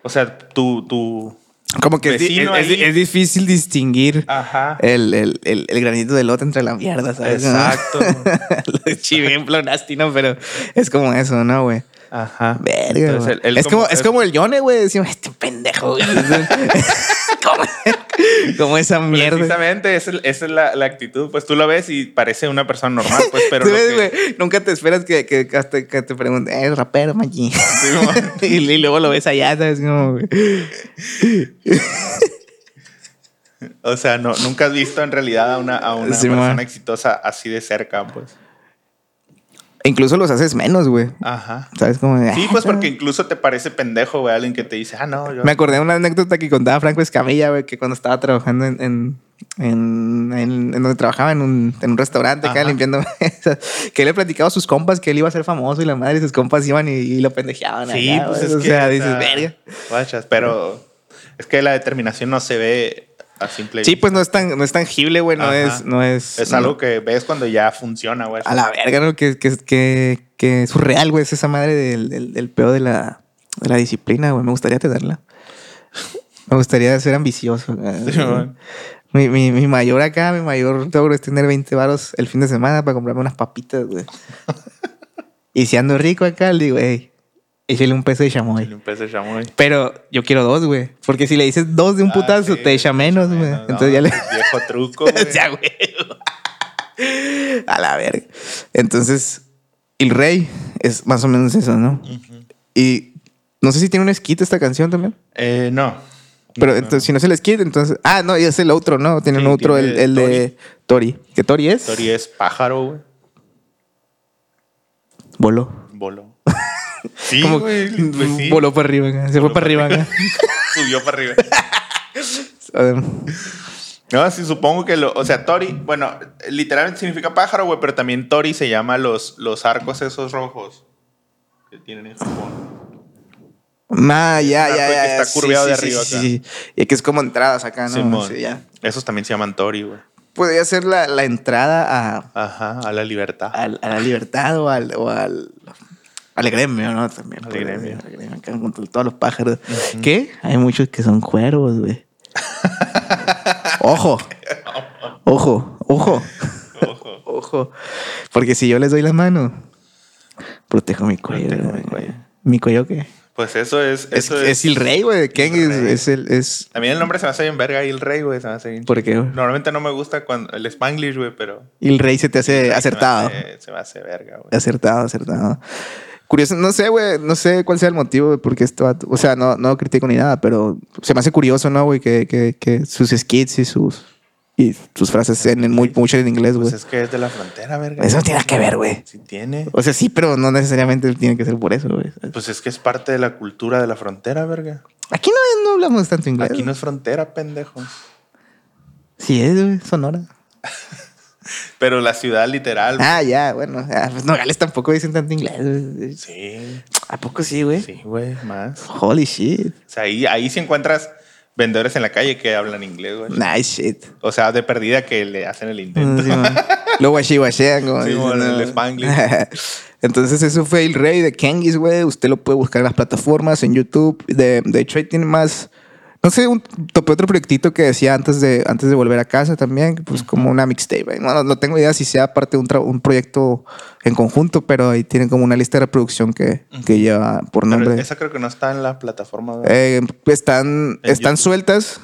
O sea, tú... tú Como que es, di- Vecino es- ahí. es difícil distinguir Ajá. el, el, el, el granito de lote entre la mierda, ¿sabes? Exacto. sí, bien plonaste, ¿no? Pero es como eso, ¿no, güey? Ajá. Verga. Entonces, güey. él- él es, como, como- es como el Yone, güey. Decimos, este pendejo, güey. como, como esa mierda. Precisamente, esa es, esa es la, la actitud. Pues tú lo ves y parece una persona normal, pues, pero ¿Tú lo ves, que- güey? Nunca te esperas que, que, que hasta- que te pregunten, eh, rapero, machi. Sí, mo- y, y luego lo ves allá, ¿sabes? Como, güey. o sea, no, nunca has visto en realidad a una, a una Sí, persona man. exitosa así de cerca, pues. E incluso los haces menos, güey. Ajá. ¿Sabes? Como, de, Sí, "Ah, pues no". porque incluso te parece pendejo, güey, alguien que te dice, ah, no, yo. Me acordé de una anécdota que contaba Franco Escamilla, güey, que cuando estaba trabajando en, en, en, en- en donde trabajaba, en un, en un restaurante, acá Ajá. limpiando mesas, que él le platicaba a sus compas que él iba a ser famoso y la madre y sus compas iban y, y lo pendejeaban. Sí, allá, pues güey. es o que. sea, dices, verga. guachas, pero es que la determinación no se ve a simple Sí, pues no es tan, no es tangible, güey. No Ajá. es, no es. Es algo que ves cuando ya funciona, güey. A la verga, ¿no? Que, que, que, que es surreal, güey. Es esa madre del, del, del pedo de la, de la disciplina, güey. Me gustaría tenerla. Me gustaría ser ambicioso. güey. Sí, güey. mi, mi, mi mayor acá, mi mayor logro es tener 20 varos el fin de semana para comprarme unas papitas, güey. y si ando rico acá, le digo, hey, échale un peso de chamoy. Le empecé a llamar, güey. Pero yo quiero dos, güey. Porque si le dices dos de un Ah, putazo, sí, te echa menos, güey. menos, Entonces no, ya le... Viejo truco, güey. O sea, güey. A la verga. Entonces, el rey es más o menos eso, ¿no? Y no sé si tiene un skit esta canción también. Eh, no. Pero No, no, entonces, si no es el skit, entonces. Ah, no, y es el otro, ¿no? Tiene Sí, un otro, tiene el, el de Tori. ¿Qué Tori es? Tori es pájaro, güey. Voló. Voló. Sí, Como- güey. pues sí. Voló para arriba, acá. se fue Voló para arriba. acá. Subió para arriba. Um, No, sí, supongo que lo. O sea, Tori, bueno, literalmente significa pájaro, güey, pero también Tori se llama los, los arcos esos rojos que tienen en Japón. Ah, ya, Es un ya, arco ya. que ya. está Sí, curveado sí, de sí, arriba sí, acá. sí, sí. Y que es como entradas acá, Ah, ¿no? Simón. Sí, ya. Esos también se llaman Tori, güey. Podría ser la, la entrada a, Ajá, a la libertad. al- a la libertad o al, o al, al gremio, ¿no? También. Al podría gremio. ser, Al gremio, acá con to- todos los pájaros. ¿Qué? Hay muchos que son cuervos, güey. ojo. Ojo, ojo, Ojo. ojo. Porque si yo les doy la mano, protejo mi cuello. Protejo mi güey. cuello. ¿Mi cuello qué? Pues eso es. Es, Eso es, es el rey, güey. de Ken el es, rey. es el. Es, También el nombre se me hace bien verga y el rey, güey, se me hace bien. ¿Por qué, güey? Normalmente no me gusta cuando el spanglish, güey, pero. El rey se te hace acertado. Se me hace, se me hace verga, güey. Acertado, acertado. Curioso, no sé, güey, no sé cuál sea el motivo de por qué esto, o sea, no, no critico ni nada, pero se me hace curioso, ¿no, güey? Que, que, que sus skits y sus, y sus frases en, muy, mucho en inglés, güey. Pues es que es de la frontera, verga. Eso no tiene nada que ver, güey. Sí tiene. O sea, sí, pero no necesariamente tiene que ser por eso, güey. Pues es que es parte de la cultura de la frontera, verga. Aquí no, no hablamos tanto inglés. Aquí no es frontera, pendejo. Sí, es, güey, Sonora. Pero la ciudad literal. Ah, ya, bueno. ah, pues Nogales tampoco dicen tanto inglés. güey. Sí, ¿A poco sí, güey? sí, güey, más. Holy shit. O sea, ahí, ahí sí encuentras vendedores en la calle que hablan inglés, güey. Nice shit. O sea, de perdida que le hacen el intento. Sí, man. Lo guachihuachean, como Sí, dicen, bueno, el ¿no? Spanglish. Entonces, eso fue El Rey de Kengis, güey. Usted lo puede buscar en las plataformas, en YouTube. De, de hecho, ahí tiene más. No sé, un, topé otro proyectito que decía antes de, antes de volver a casa también, que, pues como una mixtape. güey. No, no, no tengo idea si sea parte de un, tra- un proyecto en conjunto, pero ahí tienen como una lista de reproducción que, que lleva por Pero nombre. esa creo que no está en la plataforma. Mm, güey. Eh, están En están YouTube. sueltas.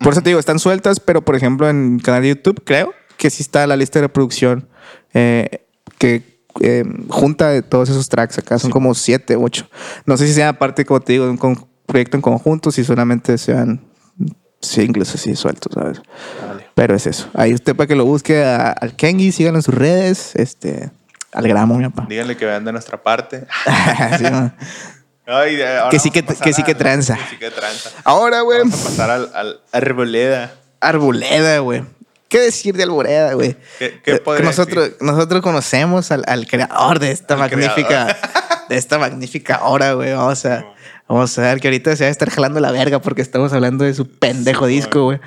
Por eso te digo, están sueltas, pero por ejemplo en el canal de YouTube creo que sí está la lista de reproducción eh, que eh, junta de todos esos tracks acá. Son como siete, ocho. No sé si sea parte, como te digo, de un con- proyecto en conjunto, si solamente sean singles así sueltos, ¿sabes? Vale. Pero es eso. Ahí usted para que lo busque a- al Kengi, síganlo en sus redes, este, al gramo, mi papá. Díganle que vean de nuestra parte. Sí, ¿no? Ay, eh, ahora Que sí vamos que- a pasar que sí a- que tranza. Que sí que tranza. Ahora, güey. Vamos a pasar al, al Arboleda. Arboleda, güey. ¿Qué decir de Arboleda, güey? ¿Qué- qué Eh, podría nosotros, nosotros conocemos al, al creador de esta Al magnífica, de esta magnífica hora, güey. Vamos a, vamos a ver que ahorita se va a estar jalando la verga porque estamos hablando de su pendejo disco, güey.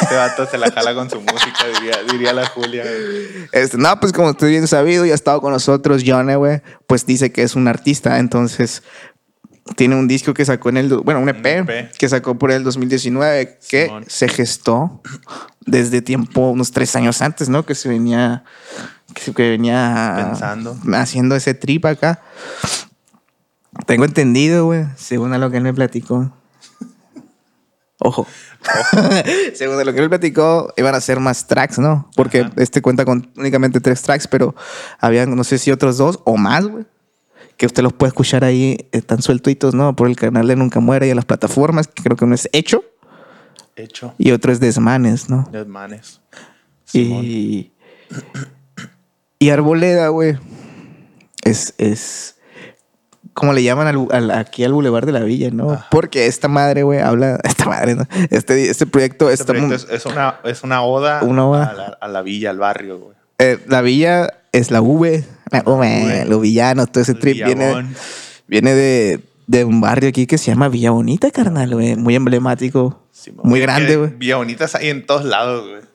Este vato se la jala con su música, diría, diría la Julia. Este, no, pues como estoy bien sabido y ha estado con nosotros, Johnny, güey, pues dice que es un artista, entonces tiene un disco que sacó en el, do- bueno, un EP, EP. que sacó por el 2019, que E Simón. se gestó desde tiempo, unos tres años antes, ¿no? Que se venía, que, se- que venía Pensando. haciendo ese trip acá. Tengo entendido, güey, según a lo que él me platicó. Ojo. Según de lo que él platicó, iban a ser más tracks, ¿no? Porque Ajá. este cuenta con únicamente tres tracks, pero habían, no sé si otros dos o más, güey. Que usted los puede escuchar ahí, eh, tan sueltitos, ¿no? Por el canal de Nunca Muera y en las plataformas, que creo que uno es Hecho Hecho. y otro es Desmanes, ¿no? Los manes. Simón. Y, y Arboleda, güey, es, es como le llaman al bu- al- aquí al Boulevard de la Villa, ¿no? Ajá. Porque esta madre, güey, habla, esta madre, ¿no? Este, este proyecto Este está proyecto muy- es, es una, es una oda, Una oda. A, la, a la villa, al barrio, güey. eh, la Villa es la V, la V, V. los villanos, todo ese El Este trip viene, Villabón. viene de, de un barrio aquí que se llama Villa Bonita, carnal, güey. Muy emblemático. Sí, mamá. muy Es que grande, güey. Villa Bonitas hay en todos lados, güey. En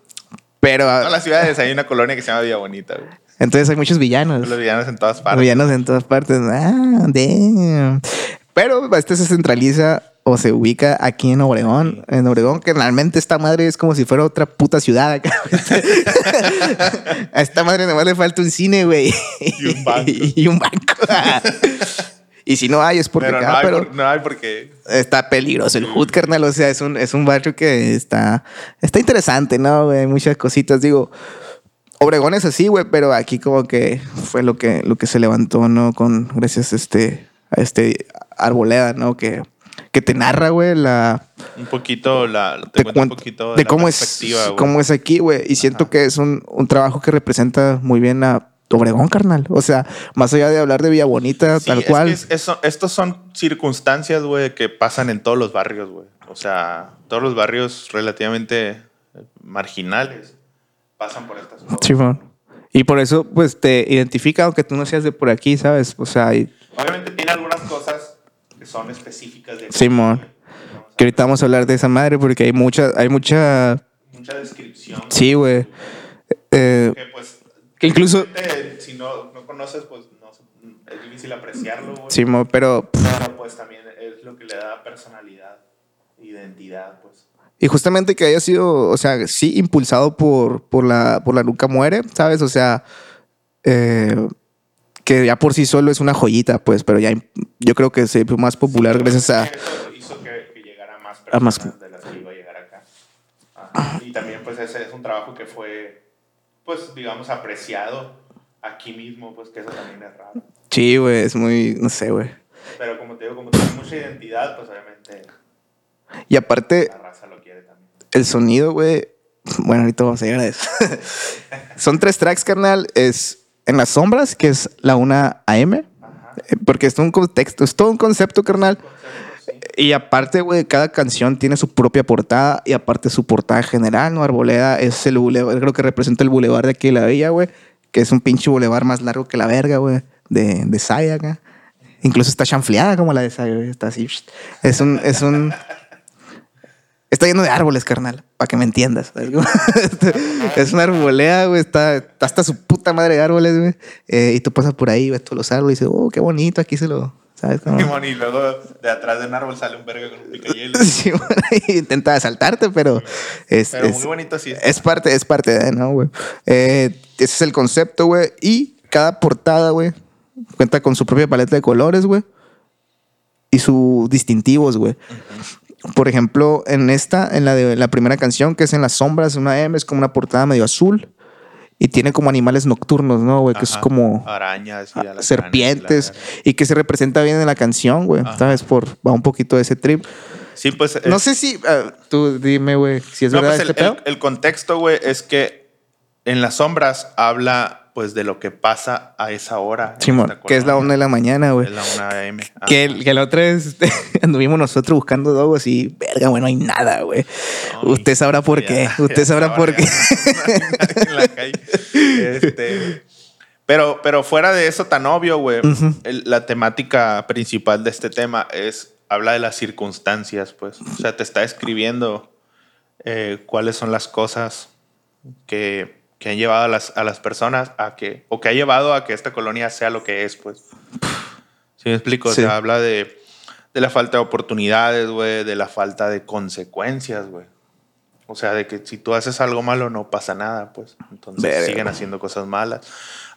Pero ah, todas las ciudades hay una colonia que se llama Villa Bonita, güey. entonces hay muchos villanos. Los villanos en todas partes. Villanos en todas partes. Ah, damn. Pero este se centraliza o se ubica aquí en Obregón. En Obregón, que realmente esta madre es como si fuera otra puta ciudad acá. A esta madre nomás le falta un cine, güey. Y un banco. y un banco. y si no hay es porque pero, acá, no hay pero por- no hay porque está peligroso el hood, carnal. O sea, es un, es un barrio que está, está interesante, ¿no? güey? muchas cositas. Digo, Obregón es así, güey, pero aquí como que fue lo que, lo que se levantó, ¿no? Con, gracias a este, a este arboleda, ¿no? Que, que te narra, güey, la... un poquito la te te, cuento un cuenta poquito de la cómo es, perspectiva, güey. cómo es aquí, güey. Y siento Ajá. que es un, un trabajo que representa muy bien a Obregón, carnal. O sea, más allá de hablar de Villa Bonita, Sí, tal es cual. que es- eso- estos son circunstancias, güey, que pasan en todos los barrios, güey. O sea, todos los barrios relativamente eh, marginales pasan por estas cosas. Simón. Y por eso, pues, te identifica, aunque tú no seas de por aquí, ¿sabes? O sea, y- Obviamente tiene algunas cosas que son específicas de... Simón. que ahorita vamos a hablar de esa madre porque hay mucha, hay mucha... Mucha descripción. Sí, güey. Eh, Que pues... que incluso... obviamente, Si no, no conoces, pues no, se- es difícil apreciarlo, güey. Simón, pero... pff, Pero pues también es lo que le da personalidad, identidad, pues. Y justamente que haya sido, o sea, sí impulsado por, por, la, por la Nunca Muere, ¿sabes? O sea, eh, que ya por sí solo es una joyita, pues, pero ya im- yo creo que se fue más popular gracias a... Eso hizo que, que llegara más A más- personas de las que iba a llegar acá. Ajá. Y también, pues, ese es un trabajo que fue, pues, digamos, apreciado aquí mismo, pues, que eso también es raro. Sí, güey, es muy... No sé, güey. Pero como te digo, como tiene mucha identidad, pues, obviamente, Y aparte, la raza lo quiere también. El sonido, güey. Bueno, ahorita vamos a llegar a eso. Son tres tracks, carnal. Es En las sombras, que es la 1 AM. Ajá. eh, Porque es todo un contexto, es todo un concepto, carnal. Concepto, sí. Y aparte, güey, cada canción tiene su propia portada y aparte su portada general, ¿no? Arboleda es el bulevar, creo que representa el bulevar de aquí de la villa, güey. Que es un pinche bulevar más largo que la verga, güey. De, de Saya acá. Incluso está chanfleada como la de Saya, güey. Está así. Es un, es un... Está lleno de árboles, carnal. Para que me entiendas. ¿sabes cómo? es una arbolea, güey. Está, está hasta su puta madre de árboles, güey. Eh, y tú pasas por ahí, ves todos los árboles y dices, oh, qué bonito, aquí se lo... ¿Sabes cómo? Simón, Y luego de atrás de un árbol sale un verga con un picayelo. Sí, bueno, intenta asaltarte, pero es, Pero es- muy bonito así. es parte, es parte de, ¿no, güey? Eh, ese es el concepto, güey. Y cada portada, güey, cuenta con su propia paleta de colores, güey. Y sus distintivos, güey. Por ejemplo, en esta, en la de la primera canción, que es en las sombras, una M, es como una portada medio azul. Y tiene como animales nocturnos, ¿no, güey? Que es Ajá. Ah, como Arañas y alacranes, serpientes. la- Y que se representa bien en la canción, güey. Ajá. ¿Sabes? Por, va un poquito de ese trip. Sí, pues. No es- sé si. ah, tú dime, güey, si es No, verdad pues, el, este pedo. el- el contexto, güey, es que en las sombras habla, pues, de lo que pasa a esa hora. en Simón, esta que es la colonia. una de la mañana, güey. Es la 1 AM. Ah, Que, el- que la otra vez anduvimos nosotros buscando dogos y, verga, güey, no hay nada, güey. no, Usted mi- sabrá por ya, qué. ya Usted sabrá por qué. ya. En la calle. Este, pero, pero fuera de eso tan obvio, güey, el- la temática principal de este tema es, habla de las circunstancias, pues. O sea, te está escribiendo eh, cuáles son las cosas que, que han llevado a las, a las personas a que, o que ha llevado a que esta colonia sea lo que es, pues. ¿Sí me explico? Sí. O sea, habla de, de la falta de oportunidades, güey, de la falta de consecuencias, güey. O sea, de que si tú haces algo malo no pasa nada, pues. Entonces Verga. siguen haciendo cosas malas.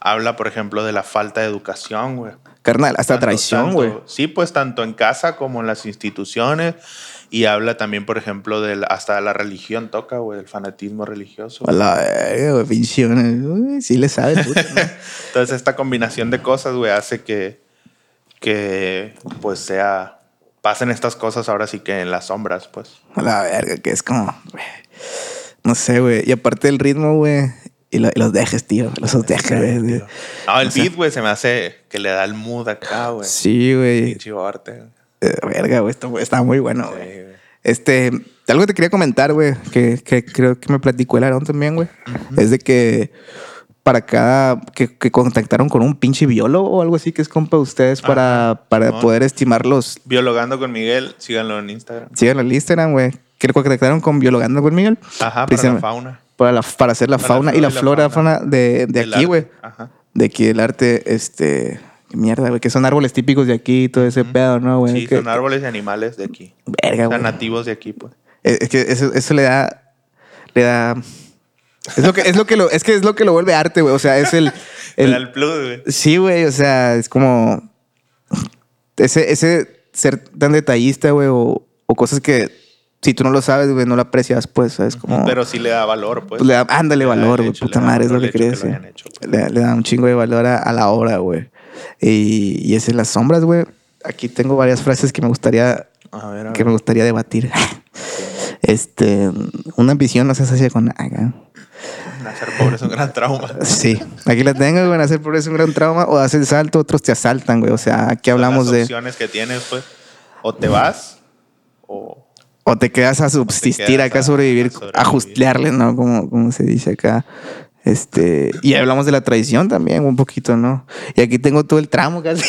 Habla, por ejemplo, de la falta de educación, güey. Carnal, hasta Tanto- traición, tanto- güey. Sí, pues tanto en casa como en las instituciones. Y habla también, por ejemplo, del, hasta la religión toca, güey, el fanatismo religioso. A la verga, güey, pinche, uy, Sí le sabe, puto, ¿no? Entonces esta combinación de cosas, güey, hace que, que, pues sea, pasen estas cosas ahora sí que en las sombras, pues. A la verga, que es como, güey, No sé, güey. Y aparte del ritmo, güey. Y, lo- y los dejes, tío. Los dejes, güey. Tío. No, el beat, güey, se me hace que le da el mood acá, güey. Sí, güey. Pinche arte, güey. Eh, Verga, güey. Esto está muy bueno, güey. Sí, güey. Este, algo te quería comentar, güey, que, que creo que me platicó el Aarón también, güey. Es de que para cada. Que, que contactaron con un pinche biólogo o algo así que es compa de ustedes para, para no. poder estimar los. Biologando con Miguel, síganlo en Instagram. Síganlo en Instagram, güey. Que lo contactaron con biologando con Miguel. Ajá, para la Precisamente. fauna. Para, la- para hacer la Para la fauna y la flora, fauna de, de El aquí, arte. güey. Ajá. De aquí el arte, este. qué Mierda, güey, que son árboles típicos de aquí y todo ese pedo, ¿no, güey? Sí, Que- son árboles y animales de aquí. Verga, O sea, güey. nativos de aquí, pues. Es es que eso, eso le da. Le da. Es lo que, es lo que lo, es que es lo que lo vuelve arte, güey. O sea, es el. El, el- el plus, güey. sí, güey. O sea, es como. Ese, ese ser tan detallista, güey, o, o cosas que si tú no lo sabes, güey, no lo aprecias, pues, ¿sabes? Como, Pero sí le da valor, pues. pues, le da, ándale le da valor, el güey. hecho, Puta le da madre, es lo valor que el quería hecho que lo decir. hayan hecho, pues. Le, le da un chingo de valor a, a la obra, güey. Y, y esas las sombras, güey. Aquí tengo varias frases que me gustaría pues. A ver, a que ver. me gustaría debatir. Este, una ambición no se asocia con nada. Nacer pobre es un gran trauma. Sí, aquí la tengo, güey. Hacer por eso un gran trauma o haces el salto, otros te asaltan, güey. O sea, aquí hablamos las de opciones que tienes, pues. O te vas, o. o te quedas a subsistir quedas acá, a- sobrevivir, a sobrevivir. ajustearle, ¿no? Como, como se dice acá. Este, y hablamos de la traición también un poquito, ¿no? Y aquí tengo todo el tramo casi.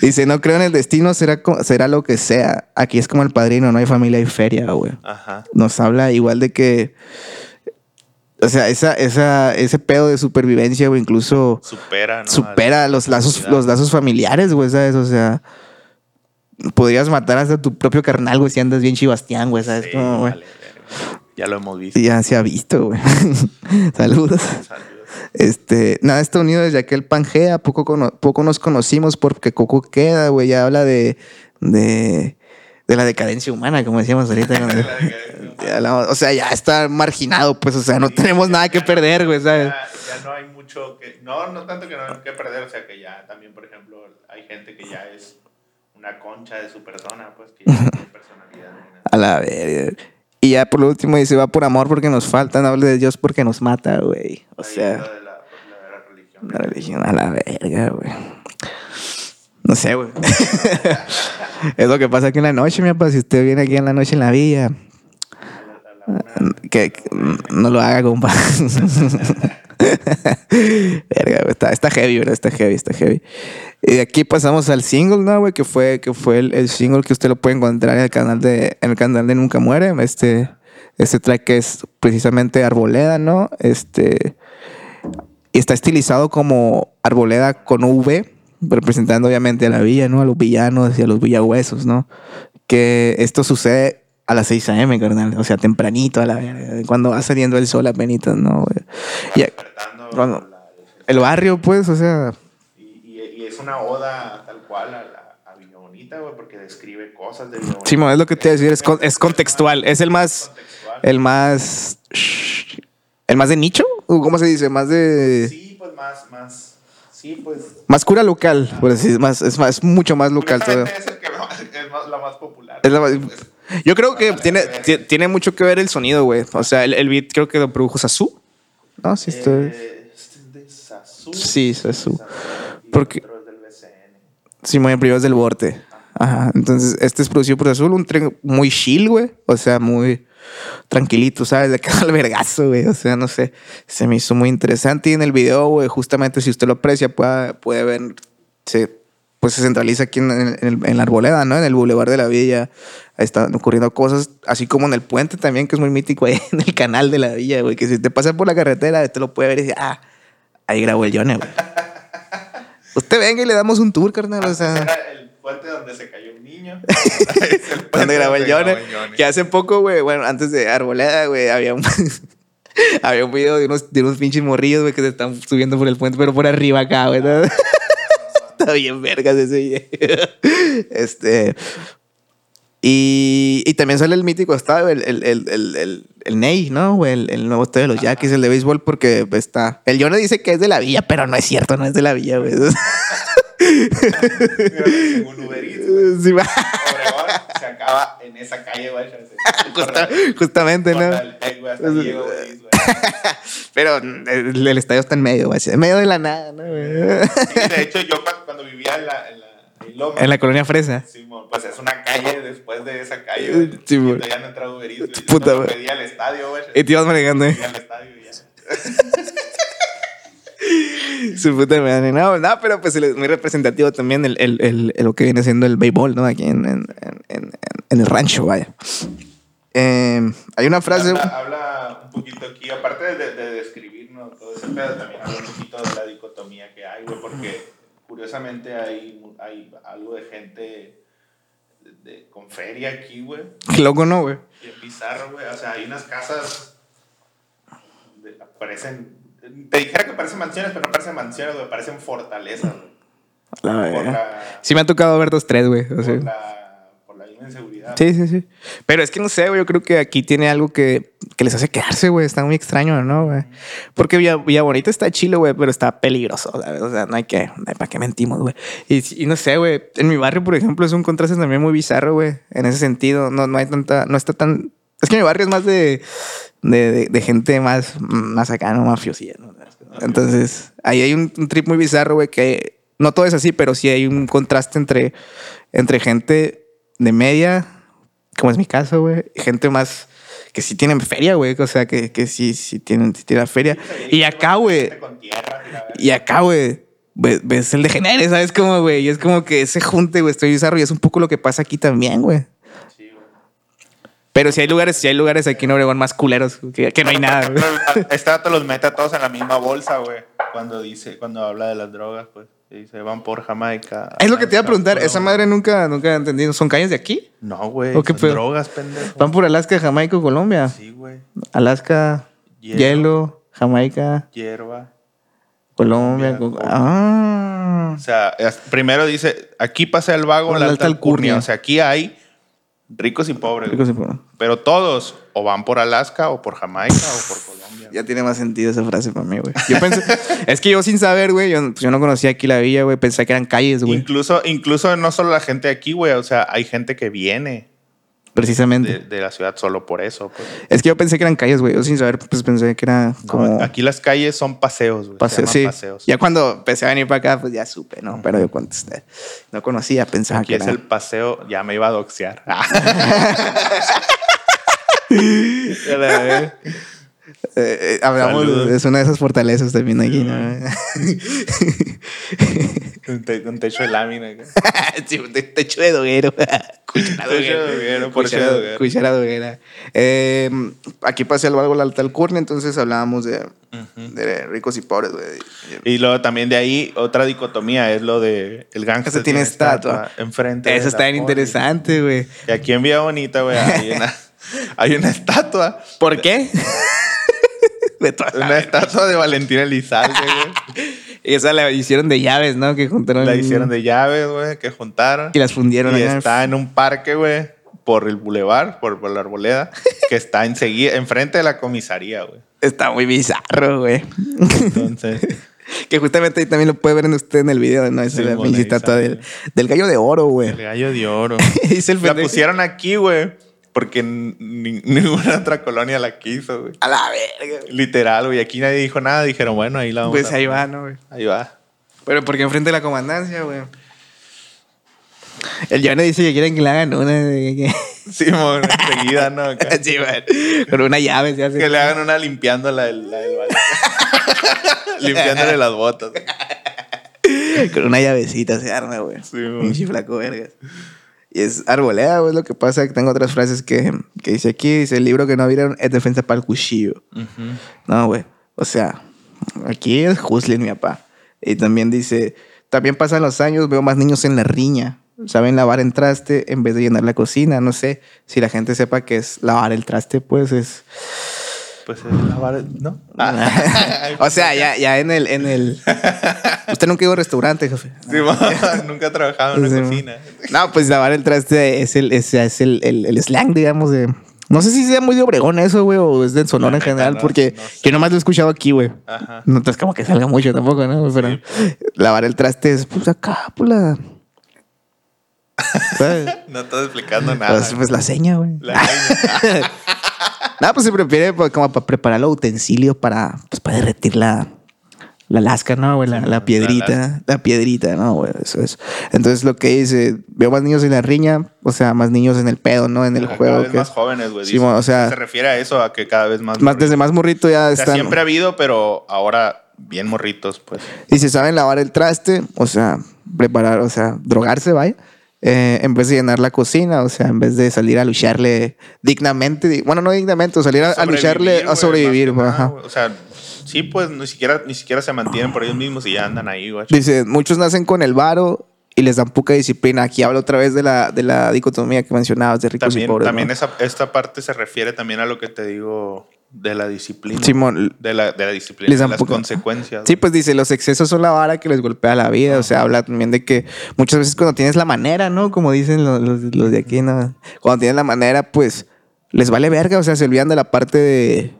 Dice, no creo en el destino, será, co- será lo que sea. Aquí es como el padrino, no hay familia, hay feria, güey. Ajá. nos habla igual de que. O sea, esa, esa, ese pedo de supervivencia, güey, incluso Supera, ¿no? supera los lazos, Realidad. los lazos familiares, güey, ¿sabes? O sea, podrías matar hasta tu propio carnal, güey, si andas bien chivastián, güey, ¿sabes? Sí, Como, güey. vale, verga. ya lo hemos visto. Y Ya se ha visto, güey. Saludos. Saludos. Este, nada está unido desde aquel Pangea, poco, cono- poco nos conocimos porque Coco queda, güey, ya habla de, de, de la decadencia humana, como decíamos ahorita. ¿no? Ya hablamos- o sea, ya está marginado, pues, o sea, no tenemos nada que perder, güey, ¿sabes? Ya, ya no hay mucho que. No, no tanto que no hay que perder, o sea que ya también, por ejemplo, hay gente que ya es una concha de su persona, pues que ya no tiene personalidad. ni nada. A la verga. Y ya por último dice, va por amor porque nos faltan, habla de Dios porque nos mata, güey. O Ahí sea... lo de la, lo de la religión. La religión a la verga, güey. No sé, güey. es lo que pasa aquí en la noche, mi papá. Si usted viene aquí en la noche en la villa, que, que no lo haga, compa. verga, güey. Está, está heavy, ¿verdad? Está heavy, está heavy. Y de aquí pasamos al single, ¿no, güey? Que fue, que fue el, el single que usted lo puede encontrar en el canal de, en el canal de Nunca Muere. Este, este track que es precisamente Arboleda, ¿no? Este y está estilizado como arboleda con V, representando obviamente a la villa, ¿no? A los villanos y a los villahuesos, ¿no? Que esto sucede a las 6 a.m., carnal. O sea, tempranito, a la verga, cuando va saliendo el sol apenas, ¿no? güey? Y a- Despertando Bueno. la- el barrio, pues, o sea... y, y, y es una oda tal cual a, la, a Villa Bonita, güey, porque describe cosas de Villa Bonita. Simón, es lo que te iba a decir, es, con- es contextual. Es el más... Contextual. El más... ¿El más de nicho? ¿O ¿Cómo se dice? Más de... Sí, pues más, más. Sí, pues. Más cura local, por así es más, es más, mucho más local todavía. curiosamente Es el que más- es más- la más popular. Es la más- Pues, yo creo que Vale, tiene, vale. ti- tiene mucho que ver el sonido, güey. O sea, el, el beat creo que lo produjo Sasu. No, sí, estoy. Eh, este es de Sasu. Sí, Sasu. Sasu, y Porque- otro es del BCN. Sí, muy privados del borde. Ajá. Entonces, este es producido por Azul, un tren muy chill, güey. O sea, muy tranquilito, ¿sabes? De cada vergazo, güey. O sea, no sé. Se me hizo muy interesante. Y en el video, güey, justamente si usted lo aprecia, puede, puede ver. Se, pues se centraliza aquí en, en- en- en la arboleda, ¿no? En el bulevar de la villa. Ahí Están ocurriendo cosas, así como en el puente también, que es muy mítico, ahí en el canal de la villa, güey. Que si te pasas por la carretera, usted lo puede ver y dice, ah, ahí grabó el Yone, güey. Usted venga y le damos un tour, carnal. O sea. Era el puente donde se cayó un niño. Es el puente Donde grabó el donde Yone. grabó el Yone. Que hace poco, güey, bueno, antes de Arboleda, güey, había un, había un video de unos, de unos pinches morrillos, güey, que se están subiendo por el puente, pero por arriba acá, güey. Ah, ¿no? Está bien vergas ese video. Este. Y, y también sale el mítico estado, el, el, el, el, el, el Ney, ¿no? güey? El, el nuevo estadio de los Yaquis, el de béisbol, porque está. El Yone dice que es de la villa, pero no es cierto, no es de la villa, güey. Mira, Un Uber Eats, güey. Sí, va. Obregón se acaba en esa calle, güey. Justa- justamente, ¿no? Corta el tec, eh, güey, hasta Diego, güey, güey. Pero el, el estadio está en medio, güey, así, en medio de la nada, ¿no? güey? Sí, de hecho, yo cu- cuando vivía en la, en la, en Loma, En la colonia fresa. Simón, pues es una calle después de esa calle. güey. Simón. Ya no entraba Uber Eats, güey. Yo Puta, solo güey. pedía al estadio, güey. Y te ibas manejando, ¿eh? Llegué al estadio y ya. Su puta madre. No, no, pero pues el- muy representativo también el, el- el- el- lo que viene siendo el béisbol, ¿no? Aquí en, en- en- en- en el rancho, vaya. Eh, hay una frase. Habla, habla un poquito aquí, aparte de, de describirnos todo ese pedo, también habla un poquito de la dicotomía que hay, güey, porque curiosamente hay, mu- hay algo de gente de- de- con feria aquí, güey, Loco, no, güey. y en bizarro, güey, o sea, hay unas casas de- parecen, te dijera que parecen mansiones, pero no parecen mansiones, güey, parecen fortalezas, güey, La por verga. la, Sí me ha tocado ver dos, tres, güey. o sea. por la, por la misma inseguridad. Sí, sí, sí. Pero es que no sé, güey. Yo creo que aquí tiene algo que, que les hace quedarse, güey. Está muy extraño, ¿no, güey? Porque Villa, Villa Bonita está chilo, güey, pero está peligroso, ¿sabes? O sea, no hay que, no hay para qué mentimos, güey. Y, y no sé, güey. En mi barrio, por ejemplo, es un contraste también muy bizarro, güey. En ese sentido, no, no hay tanta, no está tan. Es que mi barrio es más de, de, de- de gente más, más acá, ¿no? Mafiosilla, ¿no? Entonces, ahí hay un, un trip muy bizarro, güey, que no todo es así, pero sí hay un contraste entre, entre gente de media, como es mi caso, güey, gente más que sí tienen feria, güey, o sea, que, que sí, sí tienen, sí tienen feria. Y acá, güey, Con tierra, y la verga. y acá, güey, ve- ves el degenere, ¿sabes cómo, güey? Y es como que ese junte, güey, estoy bizarro y es un poco lo que pasa aquí también, güey. Sí, güey. Pero si hay lugares, si hay lugares aquí en Obregón más culeros, que, que no hay nada, güey. Esta te este los mete a todos en la misma bolsa, güey. Cuando dice, cuando habla de las drogas, pues. y Dice, van por Jamaica. Es lo que te iba a preguntar, Bueno, esa madre nunca, nunca he entendido. ¿Son calles de aquí? No, güey. ¿O qué son pedo? drogas, pendejo. Van por Alaska, Jamaica, o Colombia. Sí, güey. Alaska, Hielo. hielo, Jamaica, Hierba. Colombia. Colombia, Co- ah. O sea, es- primero dice, aquí pasa el vago, la alta alcurnia. O sea, aquí hay ricos y pobres. güey. Pero todos o van por Alaska, o por Jamaica, o por Colombia. Ya tiene más sentido esa frase para mí, güey. Yo pensé, es que yo sin saber, güey, yo, pues yo no conocía aquí la villa, güey, pensé que eran calles, güey. Incluso, incluso no solo la gente aquí, güey. O sea, hay gente que viene Precisamente. de, de la ciudad solo por eso. Pues. Es que yo pensé que eran calles, güey. Yo sin saber, pues pensé que era No, como aquí las calles son paseos, güey. se paseo, llaman sí. paseos. Ya cuando empecé a venir para acá, pues ya supe, ¿no? Pero yo contesté. No conocía, pensaba Aquí que es era. el paseo, ya me iba a doxear. Ah. A la vez. Eh, eh, hablamos, Saludos. es una de esas fortalezas también aquí, ¿no? un, te- un techo de lámina. acá. Sí, un te- techo de doguero. Cuchara Techo de doguero, por Cuchara- techo de doguero. cuchara doguera. Eh, aquí pasé al algo la alta alcurnia, entonces hablábamos de, de ricos y pobres, güey. Y luego también de ahí, otra dicotomía es lo de el gangsta. Ese tiene estatua. Enfrente. Eso de está la bien poli. interesante, güey. Y aquí en Vía Bonita, güey, hay una, hay una estatua. ¿Por qué? De toda la- Una estatua de Valentina Elizalde, güey. Y esa la hicieron de llaves, ¿no? Que juntaron. La hicieron de llaves, güey, que juntaron. Y las fundieron. Y acá. está en un parque, güey, por el bulevar, por, por la arboleda, que está enseguida, enfrente de la comisaría, güey. Está muy bizarro, güey. Entonces, que justamente ahí también lo puede ver en usted en el video, ¿no? Esa es la Simón, pinche ahí estatua sale. del, del gallo de oro, güey. el gallo de oro. Dice el La pendejo. pusieron aquí, güey, porque n- ni- ninguna otra colonia la quiso, güey. A la verga, güey. Literal, güey. Aquí nadie dijo nada. Dijeron, bueno, ahí la vamos Pues a- ahí va, ¿no, güey? Ahí va. Pero porque enfrente de la comandancia, güey. El Giovanni dice que quieren que le hagan una. de- Simón, enseguida, ¿no? Acá. que- sí, güey. Con una llave se hace. Que le hagan una limpiando la del, la del balcón. Limpiándole las botas. Con una llavecita se arma, güey. Sí, güey. Pinche flaco, vergas. Y es arboleda, güey. Lo que pasa que tengo otras frases que, que dice aquí. Dice, el libro que no vieron es defensa para el cuchillo. No, güey. O sea, aquí es Huslin, mi papá. Y también dice, también pasan los años, veo más niños en la riña. Saben lavar el traste en vez de llenar la cocina. No sé si la gente sepa que es lavar el traste, pues es... Pues es lavar, ¿no? Ah. o sea, ya, ya en el... En el... Usted nunca iba a un restaurante, jefe. Simón, nunca he trabajado en una Sí, cocina. No, pues lavar el traste es el, es, es el, el- el slang, digamos, de... No sé si sea muy de Obregón eso, güey, o es de Sonora La en neta, general, no- porque no sé. yo nomás lo he escuchado aquí, güey. Ajá. No es como que salga mucho tampoco, ¿no? Pero lavar el traste es, pues acá, pues la... ¿Sabes? No estás explicando nada. Pues, pues, la seña, güey. La leña. Nada, pues se prefiere pues, como para preparar los utensilios para, pues, para derretir la, La Alaska, ¿no, güey? La, Sí, la la piedrita. Alaska. La piedrita, ¿no, güey? Eso es. Entonces lo que dice, veo más niños en la riña, o sea, más niños en el pedo, ¿no? En el Ajá, juego. Cada vez que- más jóvenes, güey. Sí, dicen. bueno, o sea- se refiere a eso, a que cada vez más. más, morritos. desde más morrito ya O sea, están. siempre ha habido, pero ahora bien morritos, pues. Y si saben lavar el traste, o sea, preparar, o sea, drogarse, vaya. eh, en vez de llenar la cocina, o sea, en vez de salir a lucharle dignamente, di- bueno, no dignamente, o salir a, a lucharle, a güey, sobrevivir, más güey, que nada, ajá. güey. O sea, sí, pues ni siquiera, ni siquiera se mantienen por ellos mismos y ya andan ahí, güey. Dice, muchos nacen con el varo y les dan poca disciplina. Aquí habla otra vez de la, de la dicotomía que mencionabas, de ricos y También, pues, pobres. también ¿no? esa, esta parte se refiere también a lo que te digo de la disciplina. Simón, de la, de la disciplina, Les de dan las poca- consecuencias. Sí, pues dice, los excesos son la vara que les golpea la vida. O sea, habla también de que muchas veces cuando tienes la manera, ¿no? Como dicen los, los- los de aquí, ¿no? Cuando tienes la manera, pues les vale verga. O sea, se olvidan de la parte de...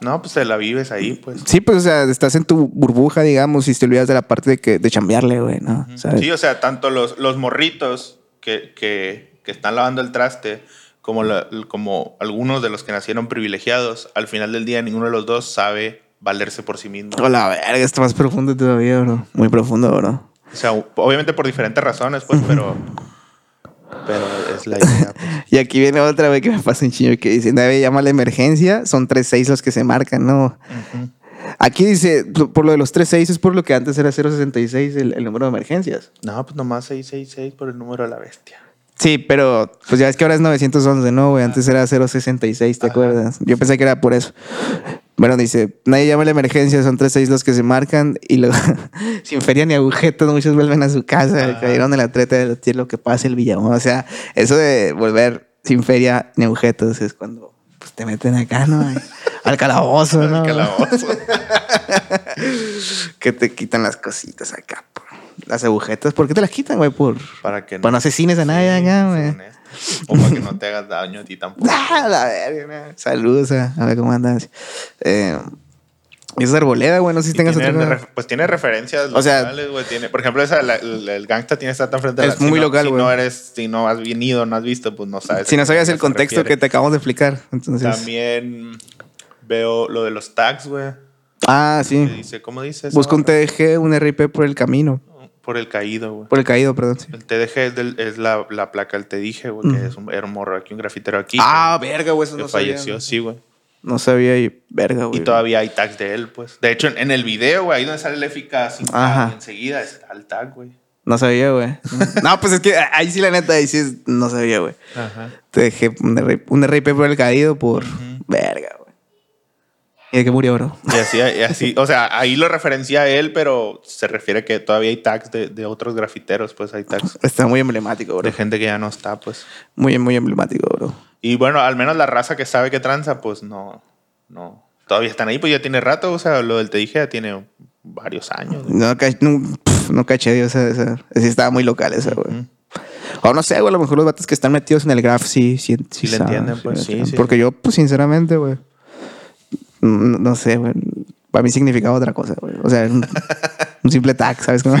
No, pues te la vives ahí, pues. Sí, pues, o sea, estás en tu burbuja, digamos, y te olvidas de la parte de que de chambearle, güey, ¿no? ¿Sabes? Sí, o sea, tanto los, los morritos que, que, que están lavando el traste como, la- como algunos de los que nacieron privilegiados, al final del día ninguno de los dos sabe valerse por sí mismo. Oh, la verga, está más profundo todavía, bro. Muy profundo, bro. O sea, obviamente por diferentes razones, pues, pero, pero es la idea. pues. Y aquí viene otra vez que me pasa un chino que dice, nadie llama a la emergencia, son tres seis los que se marcan, ¿no? Aquí dice, por por lo de los tres seis es por lo que antes era 066 el, el número de emergencias. No, pues nomás 666 por el número de la bestia. Sí, pero pues ya ves que ahora es 911, ¿no, güey? Antes era 066, ¿te Ajá. acuerdas? Yo pensé que era por eso. Bueno, dice, nadie llama a la emergencia, son tres seis los que se marcan y luego, sin feria ni agujetas, muchos vuelven a su casa, Ajá. cayeron en la treta de decir lo que pasa el Villamón. O sea, eso de volver sin feria ni agujetas es cuando pues, te meten acá, ¿no? Al calabozo, ¿no? El calabozo. Que te quitan las cositas acá, por- las agujetas. ¿Por qué te las quitan, güey? Por... Para que Para no asesines a nadie acá, güey. según esto. O para que no te hagas daño a ti tampoco. Ah, la verga, no. Saludos a, a ver cómo andas. Eh, esa arboleda, güey, no sé si Y tengas tiene otra cosa. ref- Pues tiene referencias O sea- locales, güey. tiene- Por ejemplo, esa, la- el, el gangsta tiene que estar tan frente a la Es muy si no- local, si güey. no eres, si no has venido, no has visto, pues no sabes. Si a no qué sabías verga el se contexto refiere. que te acabamos de explicar, entonces. También veo lo de los tags, güey. Ah, que sí. Dice, ¿cómo dices? Busca un TDG, un RIP por el camino. Por el caído, güey. Por el caído, perdón. sí. El TDG es, del- es la, la placa del Te dije, güey, que Ujú. es un, era un morro aquí, un grafitero aquí. Mm. Ah, verga, güey, eso que no sabía. falleció, sí, güey. No sabía y verga, Y güey. todavía hay tags de él, pues. De hecho, en, en el video, güey, ahí donde sale el FK5, Ajá. enseguida está el tag, güey. No sabía, güey. no, pues es que ahí sí, la neta, ahí sí es- no sabía, güey. Ajá. TDG, un RIP, un RIP por el caído por. Ujú. Verga, güey. ¿Y de qué murió, bro? Y así, y así, o sea, ahí lo referencia a él, pero se refiere que todavía hay tags de, de otros grafiteros, pues hay tags Está muy emblemático, bro. de gente que ya no está, pues. Muy, muy emblemático, bro. Y bueno, al menos la raza que sabe que tranza, pues no, no. Todavía están ahí, pues ya tiene rato, o sea, lo del te dije ya tiene varios años. güey. No, ca- no, pf, no caché, Dios, esa, esa- sí estaba muy local esa, güey. Ujú. O no sé, güey, a lo mejor los vatos que están metidos en el graph sí, sí, Sí le saben, entienden, pues, le sí, entienden. sí. Porque yo, pues, sinceramente, güey, no, no sé, güey, para mí significaba otra cosa, güey. O sea, un, un simple tag, ¿sabes cómo?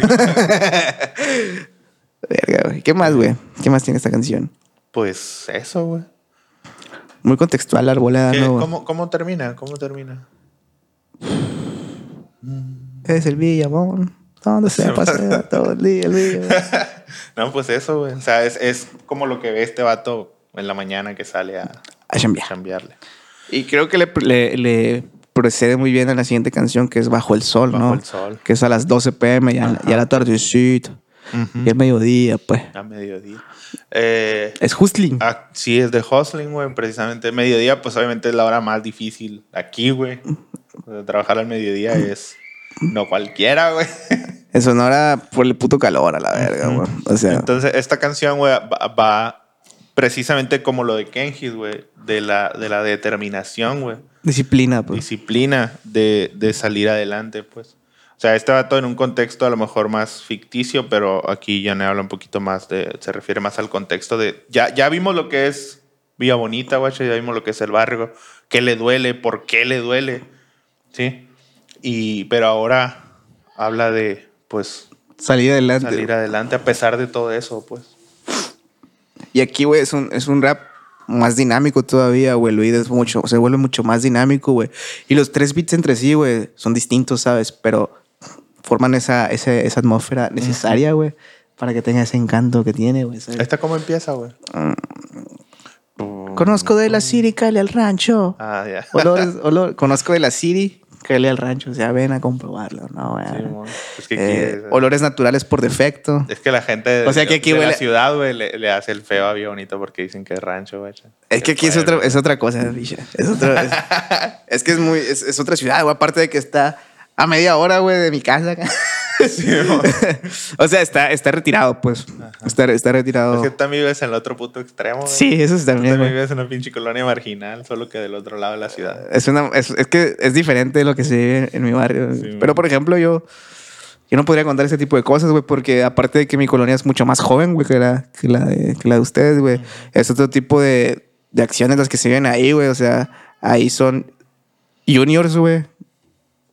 Verga, güey. ¿Qué más, güey? ¿Qué más tiene esta canción? Pues eso, güey. Muy contextual, la arbolada, ¿Qué- Ah, ¿no? güey? ¿Cómo, ¿Cómo termina? ¿Cómo termina? Es el Villamón, donde se pasea todo el día el Villamón. No, pues eso, güey. O sea, es, es como lo que ve este vato en la mañana que sale a A chambear. cambiarle. Y creo que le, le- le procede muy bien a la siguiente canción que es Bajo el Sol, Bajo Pues ¿no? el sol. Que es a las 12 pm, ya, ya la tardecita, ya el mediodía, pues. A mediodía. Eh, Es Hustling. Ah, sí, es de hustling, güey. Precisamente mediodía, pues obviamente es la hora más difícil aquí, güey. O sea, Trabajar al mediodía es no cualquiera, güey. En Sonora por el puto calor a la verga, güey. O sea, Entonces, esta canción, güey, va, va precisamente como lo de Kenjis, güey, de la, de la determinación, güey. disciplina, pues. Disciplina de, de salir adelante, pues. O sea, este vato en un contexto a lo mejor más ficticio, pero aquí ya me habla un poquito más de. Se refiere más al contexto de. Ya, ya vimos lo que es Villa Bonita, guacho, ya vimos lo que es el barrio, qué le duele, por qué le duele, ¿sí? Y, pero ahora habla de, pues, Salir adelante. salir adelante a pesar de todo eso, pues. Y aquí, güey, es un, es un rap más dinámico todavía, güey. El oído es mucho, se vuelve mucho más dinámico, güey. Y los tres beats entre sí, güey, son distintos, ¿sabes? Pero forman esa, esa, esa atmósfera necesaria, güey, para que tenga ese encanto que tiene, güey. ¿sabes? ¿Esta cómo empieza, güey? Conozco de la Siri, cale al rancho. Ah, ya. Olores, olor, conozco de la Siri, cale al rancho. O sea, ven a comprobarlo, ¿no, güey? Sí, mon. Pues, ¿qué Eh, quieres? olores naturales por defecto. Es que la gente O sea, que aquí de huele- la ciudad, güey, le, le hace el feo a Vía Bonito porque dicen que es rancho, güey. Es que aquí es pueblo. otra, es otra cosa, bicha. Es, otro- es, es que es muy, es, es otra ciudad, güey. Aparte de que está a media hora, güey, de mi casa. Sí, mo. o sea, está, está retirado, pues. Está, está Es retirado. que tú también vives en el otro puto extremo, güey. Sí, eso es Tú también. también güey. Eh, vives en una pinche colonia marginal, solo que del otro lado de la ciudad. Es, una, es, es que es diferente de lo que se vive en mi barrio. Sí, Pero, güey. por ejemplo, yo, yo no podría contar ese tipo de cosas, güey, porque aparte de que mi colonia es mucho más joven, güey, que la, que la, de, que la de ustedes, güey, es otro tipo de, de acciones las que se viven ahí, güey. O sea, ahí son juniors, güey.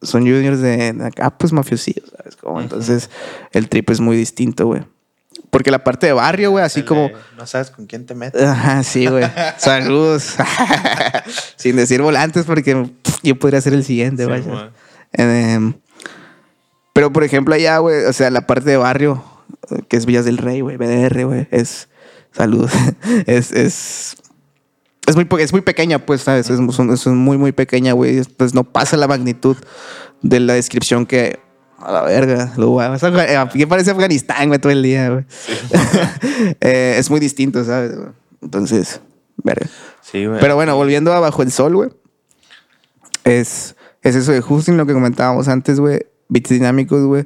Son juniors de, de acá, pues mafiosillos, ¿sabes? cómo? Entonces, el trip es muy distinto, güey. Porque la parte de barrio, güey, así Dale, como... Eh, No sabes con quién te metes. Ajá, sí, güey. Saludos. Sin decir volantes porque pff, yo podría ser el siguiente, Sí, vaya. mo. Em, pero, por ejemplo, allá, güey, o sea, la parte de barrio, eh, que es Villas del Rey, güey, BDR, güey, es... Saludos. es... es es muy, pe- es muy pequeña, pues, ¿sabes? Es, son- es muy, muy pequeña, güey. Pues no pasa la magnitud de la descripción que... A la verga. Lo, voy a- vas a- eh, ¿Qué parece Afganistán, güey, todo el día, güey? Eh, es muy distinto, ¿sabes? güey? Entonces, verga. Sí, güey. Pero bueno, volviendo a Bajo el Sol, güey. Es, es eso de Justin, lo que comentábamos antes, güey. Beats dinámicos, güey.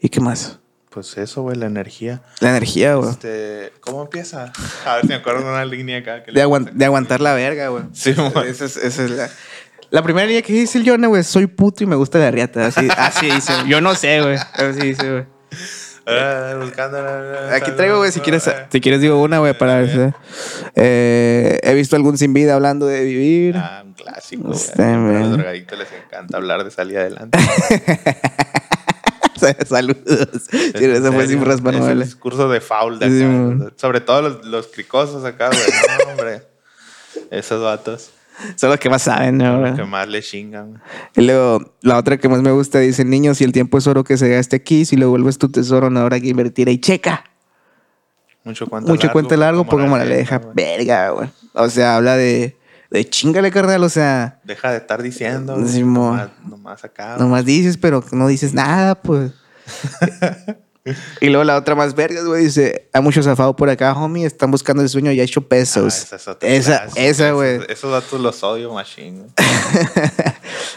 ¿Y qué más? Pues eso, güey, la energía. La energía, güey. Este, ¿Cómo empieza? A ver si me acuerdo de una línea acá. Que De, le- aguan- de aguantar la verga, güey. Sí, güey. Esa es, esa es la... La primera línea que dice el Jonah, güey, soy puto y me gusta la riata. Así, así dice. Yo no sé, güey. Así dice, güey. Ah, buscando la- Aquí traigo, güey, si quieres, eh, Ah, si quieres digo una, güey, para ver. si- Eh, he visto algún sin vida hablando de vivir. Ah, un clásico, güey. Este, A güey. los drogadictos les encanta hablar de salir adelante. Saludos. Sí, En esa fue serio, sin raspa es no el vale. discurso de foul de Sí, acá, mon. güey. Sobre todo los, los cricosos acá, güey. No, hombre. Esos vatos. Son los que más saben, ¿no? Los que güey? más le chingan. Y luego, la otra que más me gusta dice, niño, si el tiempo es oro que se gaste aquí, si lo vuelves tu tesoro, no habrá que invertir ahí. Checa. Mucho cuento Mucho cuento largo, poco moraleja. moraleja, güey. Verga, güey. O sea, habla de, de chingale, carnal. O sea, Deja de estar diciendo. güey, Sí, mon. nomás, nomás acá. güey. nomás dices, pero no dices nada, pues. y luego la otra más vergas, güey, dice, hay mucho zafado por acá, homie, están buscando el sueño ya hecho Ah, pesos. esa es otra esa, clase, esa, esos- güey. Esos, datos los odio, machine. güey.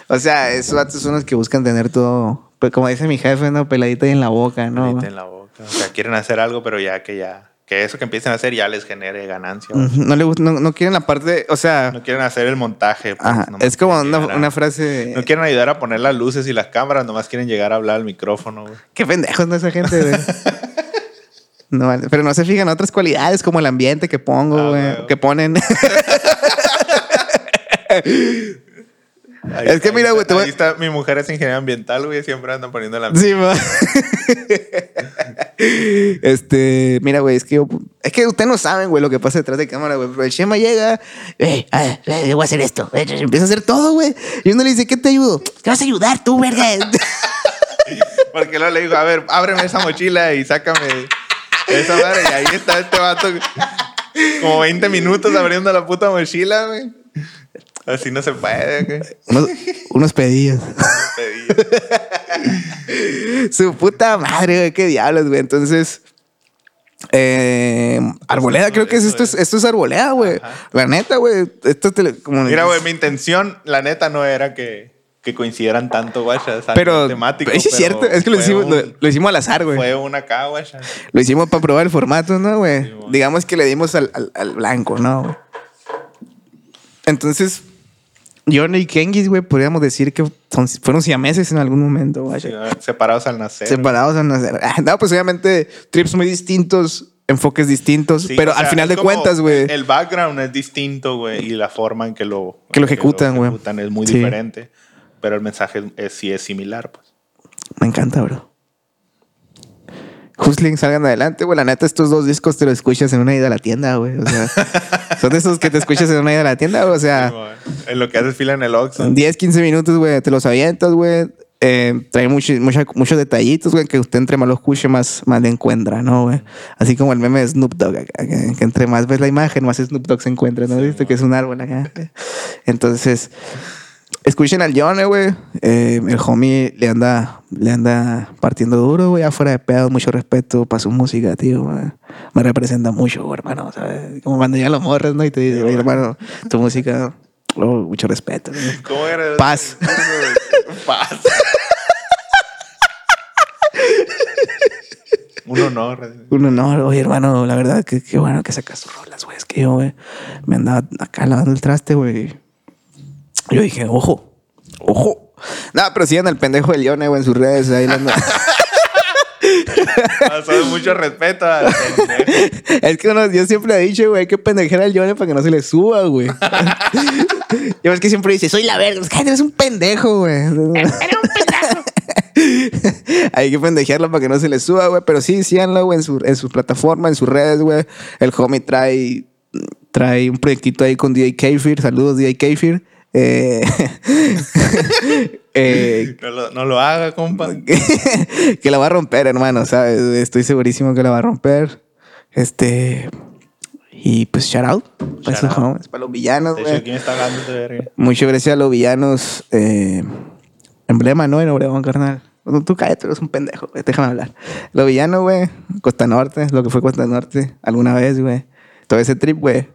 O sea, esos datos son los que buscan tener todo, pues como dice mi jefe, ¿no? Peladita y en la boca, ¿no? Ahorita en la boca. O sea, quieren hacer algo, pero ya que ya. Que eso que empiecen a hacer ya les genere ganancia. güey. Ujú, No, le gust- no, no quieren la parte, o sea, No quieren hacer el montaje. pues, ajá, nomás es como quieren una, llegar a- una frase... No quieren ayudar a poner las luces y las cámaras, nomás quieren llegar a hablar al micrófono, güey. Qué pendejos, ¿no? Esa gente, güey. No, vale, pero no se fijan en otras cualidades como el ambiente que Ah, pongo, güey, güey. que ponen. Ahí- Es que ahí mira, está- güey, te voy- ahí está, mi mujer es ingeniera ambiental, güey, siempre andan poniendo la... Sí, ma. este, mira, güey, es que yo. Es que ustedes no saben, güey, lo que pasa detrás de cámara, güey. Pero el Shema llega, "Ey, a ver, eh, yo voy a hacer esto. eh, eh, Empieza a hacer todo, güey. Y uno le dice, ¿qué te ayudo? ¿Qué vas a ayudar tú, verga? Porque luego le digo, a ver, ábreme esa mochila y sácame esa madre. Y ahí está este vato como 20 minutos abriendo la puta mochila, güey. Así no se puede, güey. unos, unos pedillos. Pedí. Su puta madre, güey, qué diablos, güey. Entonces, eh, Arboleda, creo que es, esto, es, esto es Arboleda, güey. Ajá. La neta, güey. Esto te lo- como Mira, güey, mi intención, la neta, no era que, que coincidieran tanto, güey. Pero, pero sí es cierto, es que lo hicimos, lo, lo hicimos al azar, güey. Fue una acá, güey. Lo hicimos para probar el formato, ¿no, güey? Sí, bueno. Digamos que le dimos al, al- al blanco, ¿no? güey? Entonces, John y Kengis, güey, podríamos decir que son- fueron siameses en algún momento, güey. Sí, Separados al nacer. güey. Separados al nacer. Ah, No, pues obviamente trips muy distintos, enfoques distintos, Sí, pero o sea, al final es de como cuentas, güey. El background es distinto, güey, y la forma en que lo, Que lo ejecutan, güey. ejecutan es muy Sí. diferente, pero el mensaje es- es- sí es similar, pues. Me encanta, bro. Hustling salgan adelante, güey. La neta, estos dos discos te los escuchas en una ida a la tienda, güey. O sea, son de esos que te escuchas en una ida a la tienda, güey. O sea, en lo que haces fila en el Oxxo. son 10, 15 minutos, güey. Te los avientas, güey. Eh, trae mucho- mucha- muchos detallitos, güey, que usted entre más lo escuche, más, más le encuentra, ¿no, güey? Así como el meme de Snoop Dogg, acá, que, que entre más ves la imagen, más Snoop Dogg se encuentra, ¿no? ¿Viste? Que es un árbol acá. Entonces, escuchen al Johnny, güey. Eh, el homie le anda, le anda partiendo duro, güey, afuera de pedo. Mucho respeto para su música, tío, güey. Me representa mucho, güey, hermano, ¿sabes? Como cuando ya lo morres, ¿no? Y te dice, "Oye, hermano, tu música, oh, mucho respeto, güey. ¿Cómo era? ese Paz. discurso, güey? Paz. Un honor. Un honor, oye hermano, la verdad que, que bueno que sacas tus rolas, güey. Es que yo, güey, me andaba acá lavando el traste, güey. Yo dije, ojo, ojo. Nada, pero sigan al pendejo de Leone, güey, en sus redes. Ahí lo anda- Pasado eh, mucho respeto al pendejo. es que uno, yo siempre he dicho, güey, hay que pendejar al Leone para que no se le suba, güey. yo es que siempre dice, soy la verga. Es que eres un pendejo, güey. Hay que pendejearlo para que no se le suba, güey. Pero sí, síganlo, güey, en su, en su plataforma, en sus redes, güey. El homie trae, trae un proyectito ahí con DJ Kefir. Saludos, DJ Kefir. Eh, eh, No lo, no lo haga, compa. que, que la va a romper, hermano, ¿sabes? Estoy segurísimo que la va a romper. Este. Y pues, shout out. Para Shout esos out. homies, para los villanos, De hecho, güey. ¿quién está hablando de verga? Muchas gracias a los villanos. eh, emblema, ¿no? En Obregón, carnal. Tú, tú cállate, eres un pendejo, güey, Déjame hablar. Los villanos, güey. Costa Norte, lo que fue Costa Norte alguna vez, güey. Todo ese trip, güey.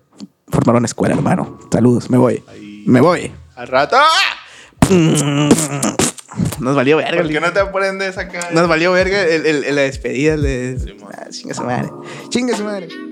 Formaron escuela, hermano. Saludos, me voy. Ahí. Me voy. Al rato. ¡Ah! Nos valió verga. ¿Por qué no te aprendes acá? Nos valió verga el, el- el- la despedida. el de- Sí, man. Ah, chinga su madre. Chinga su madre.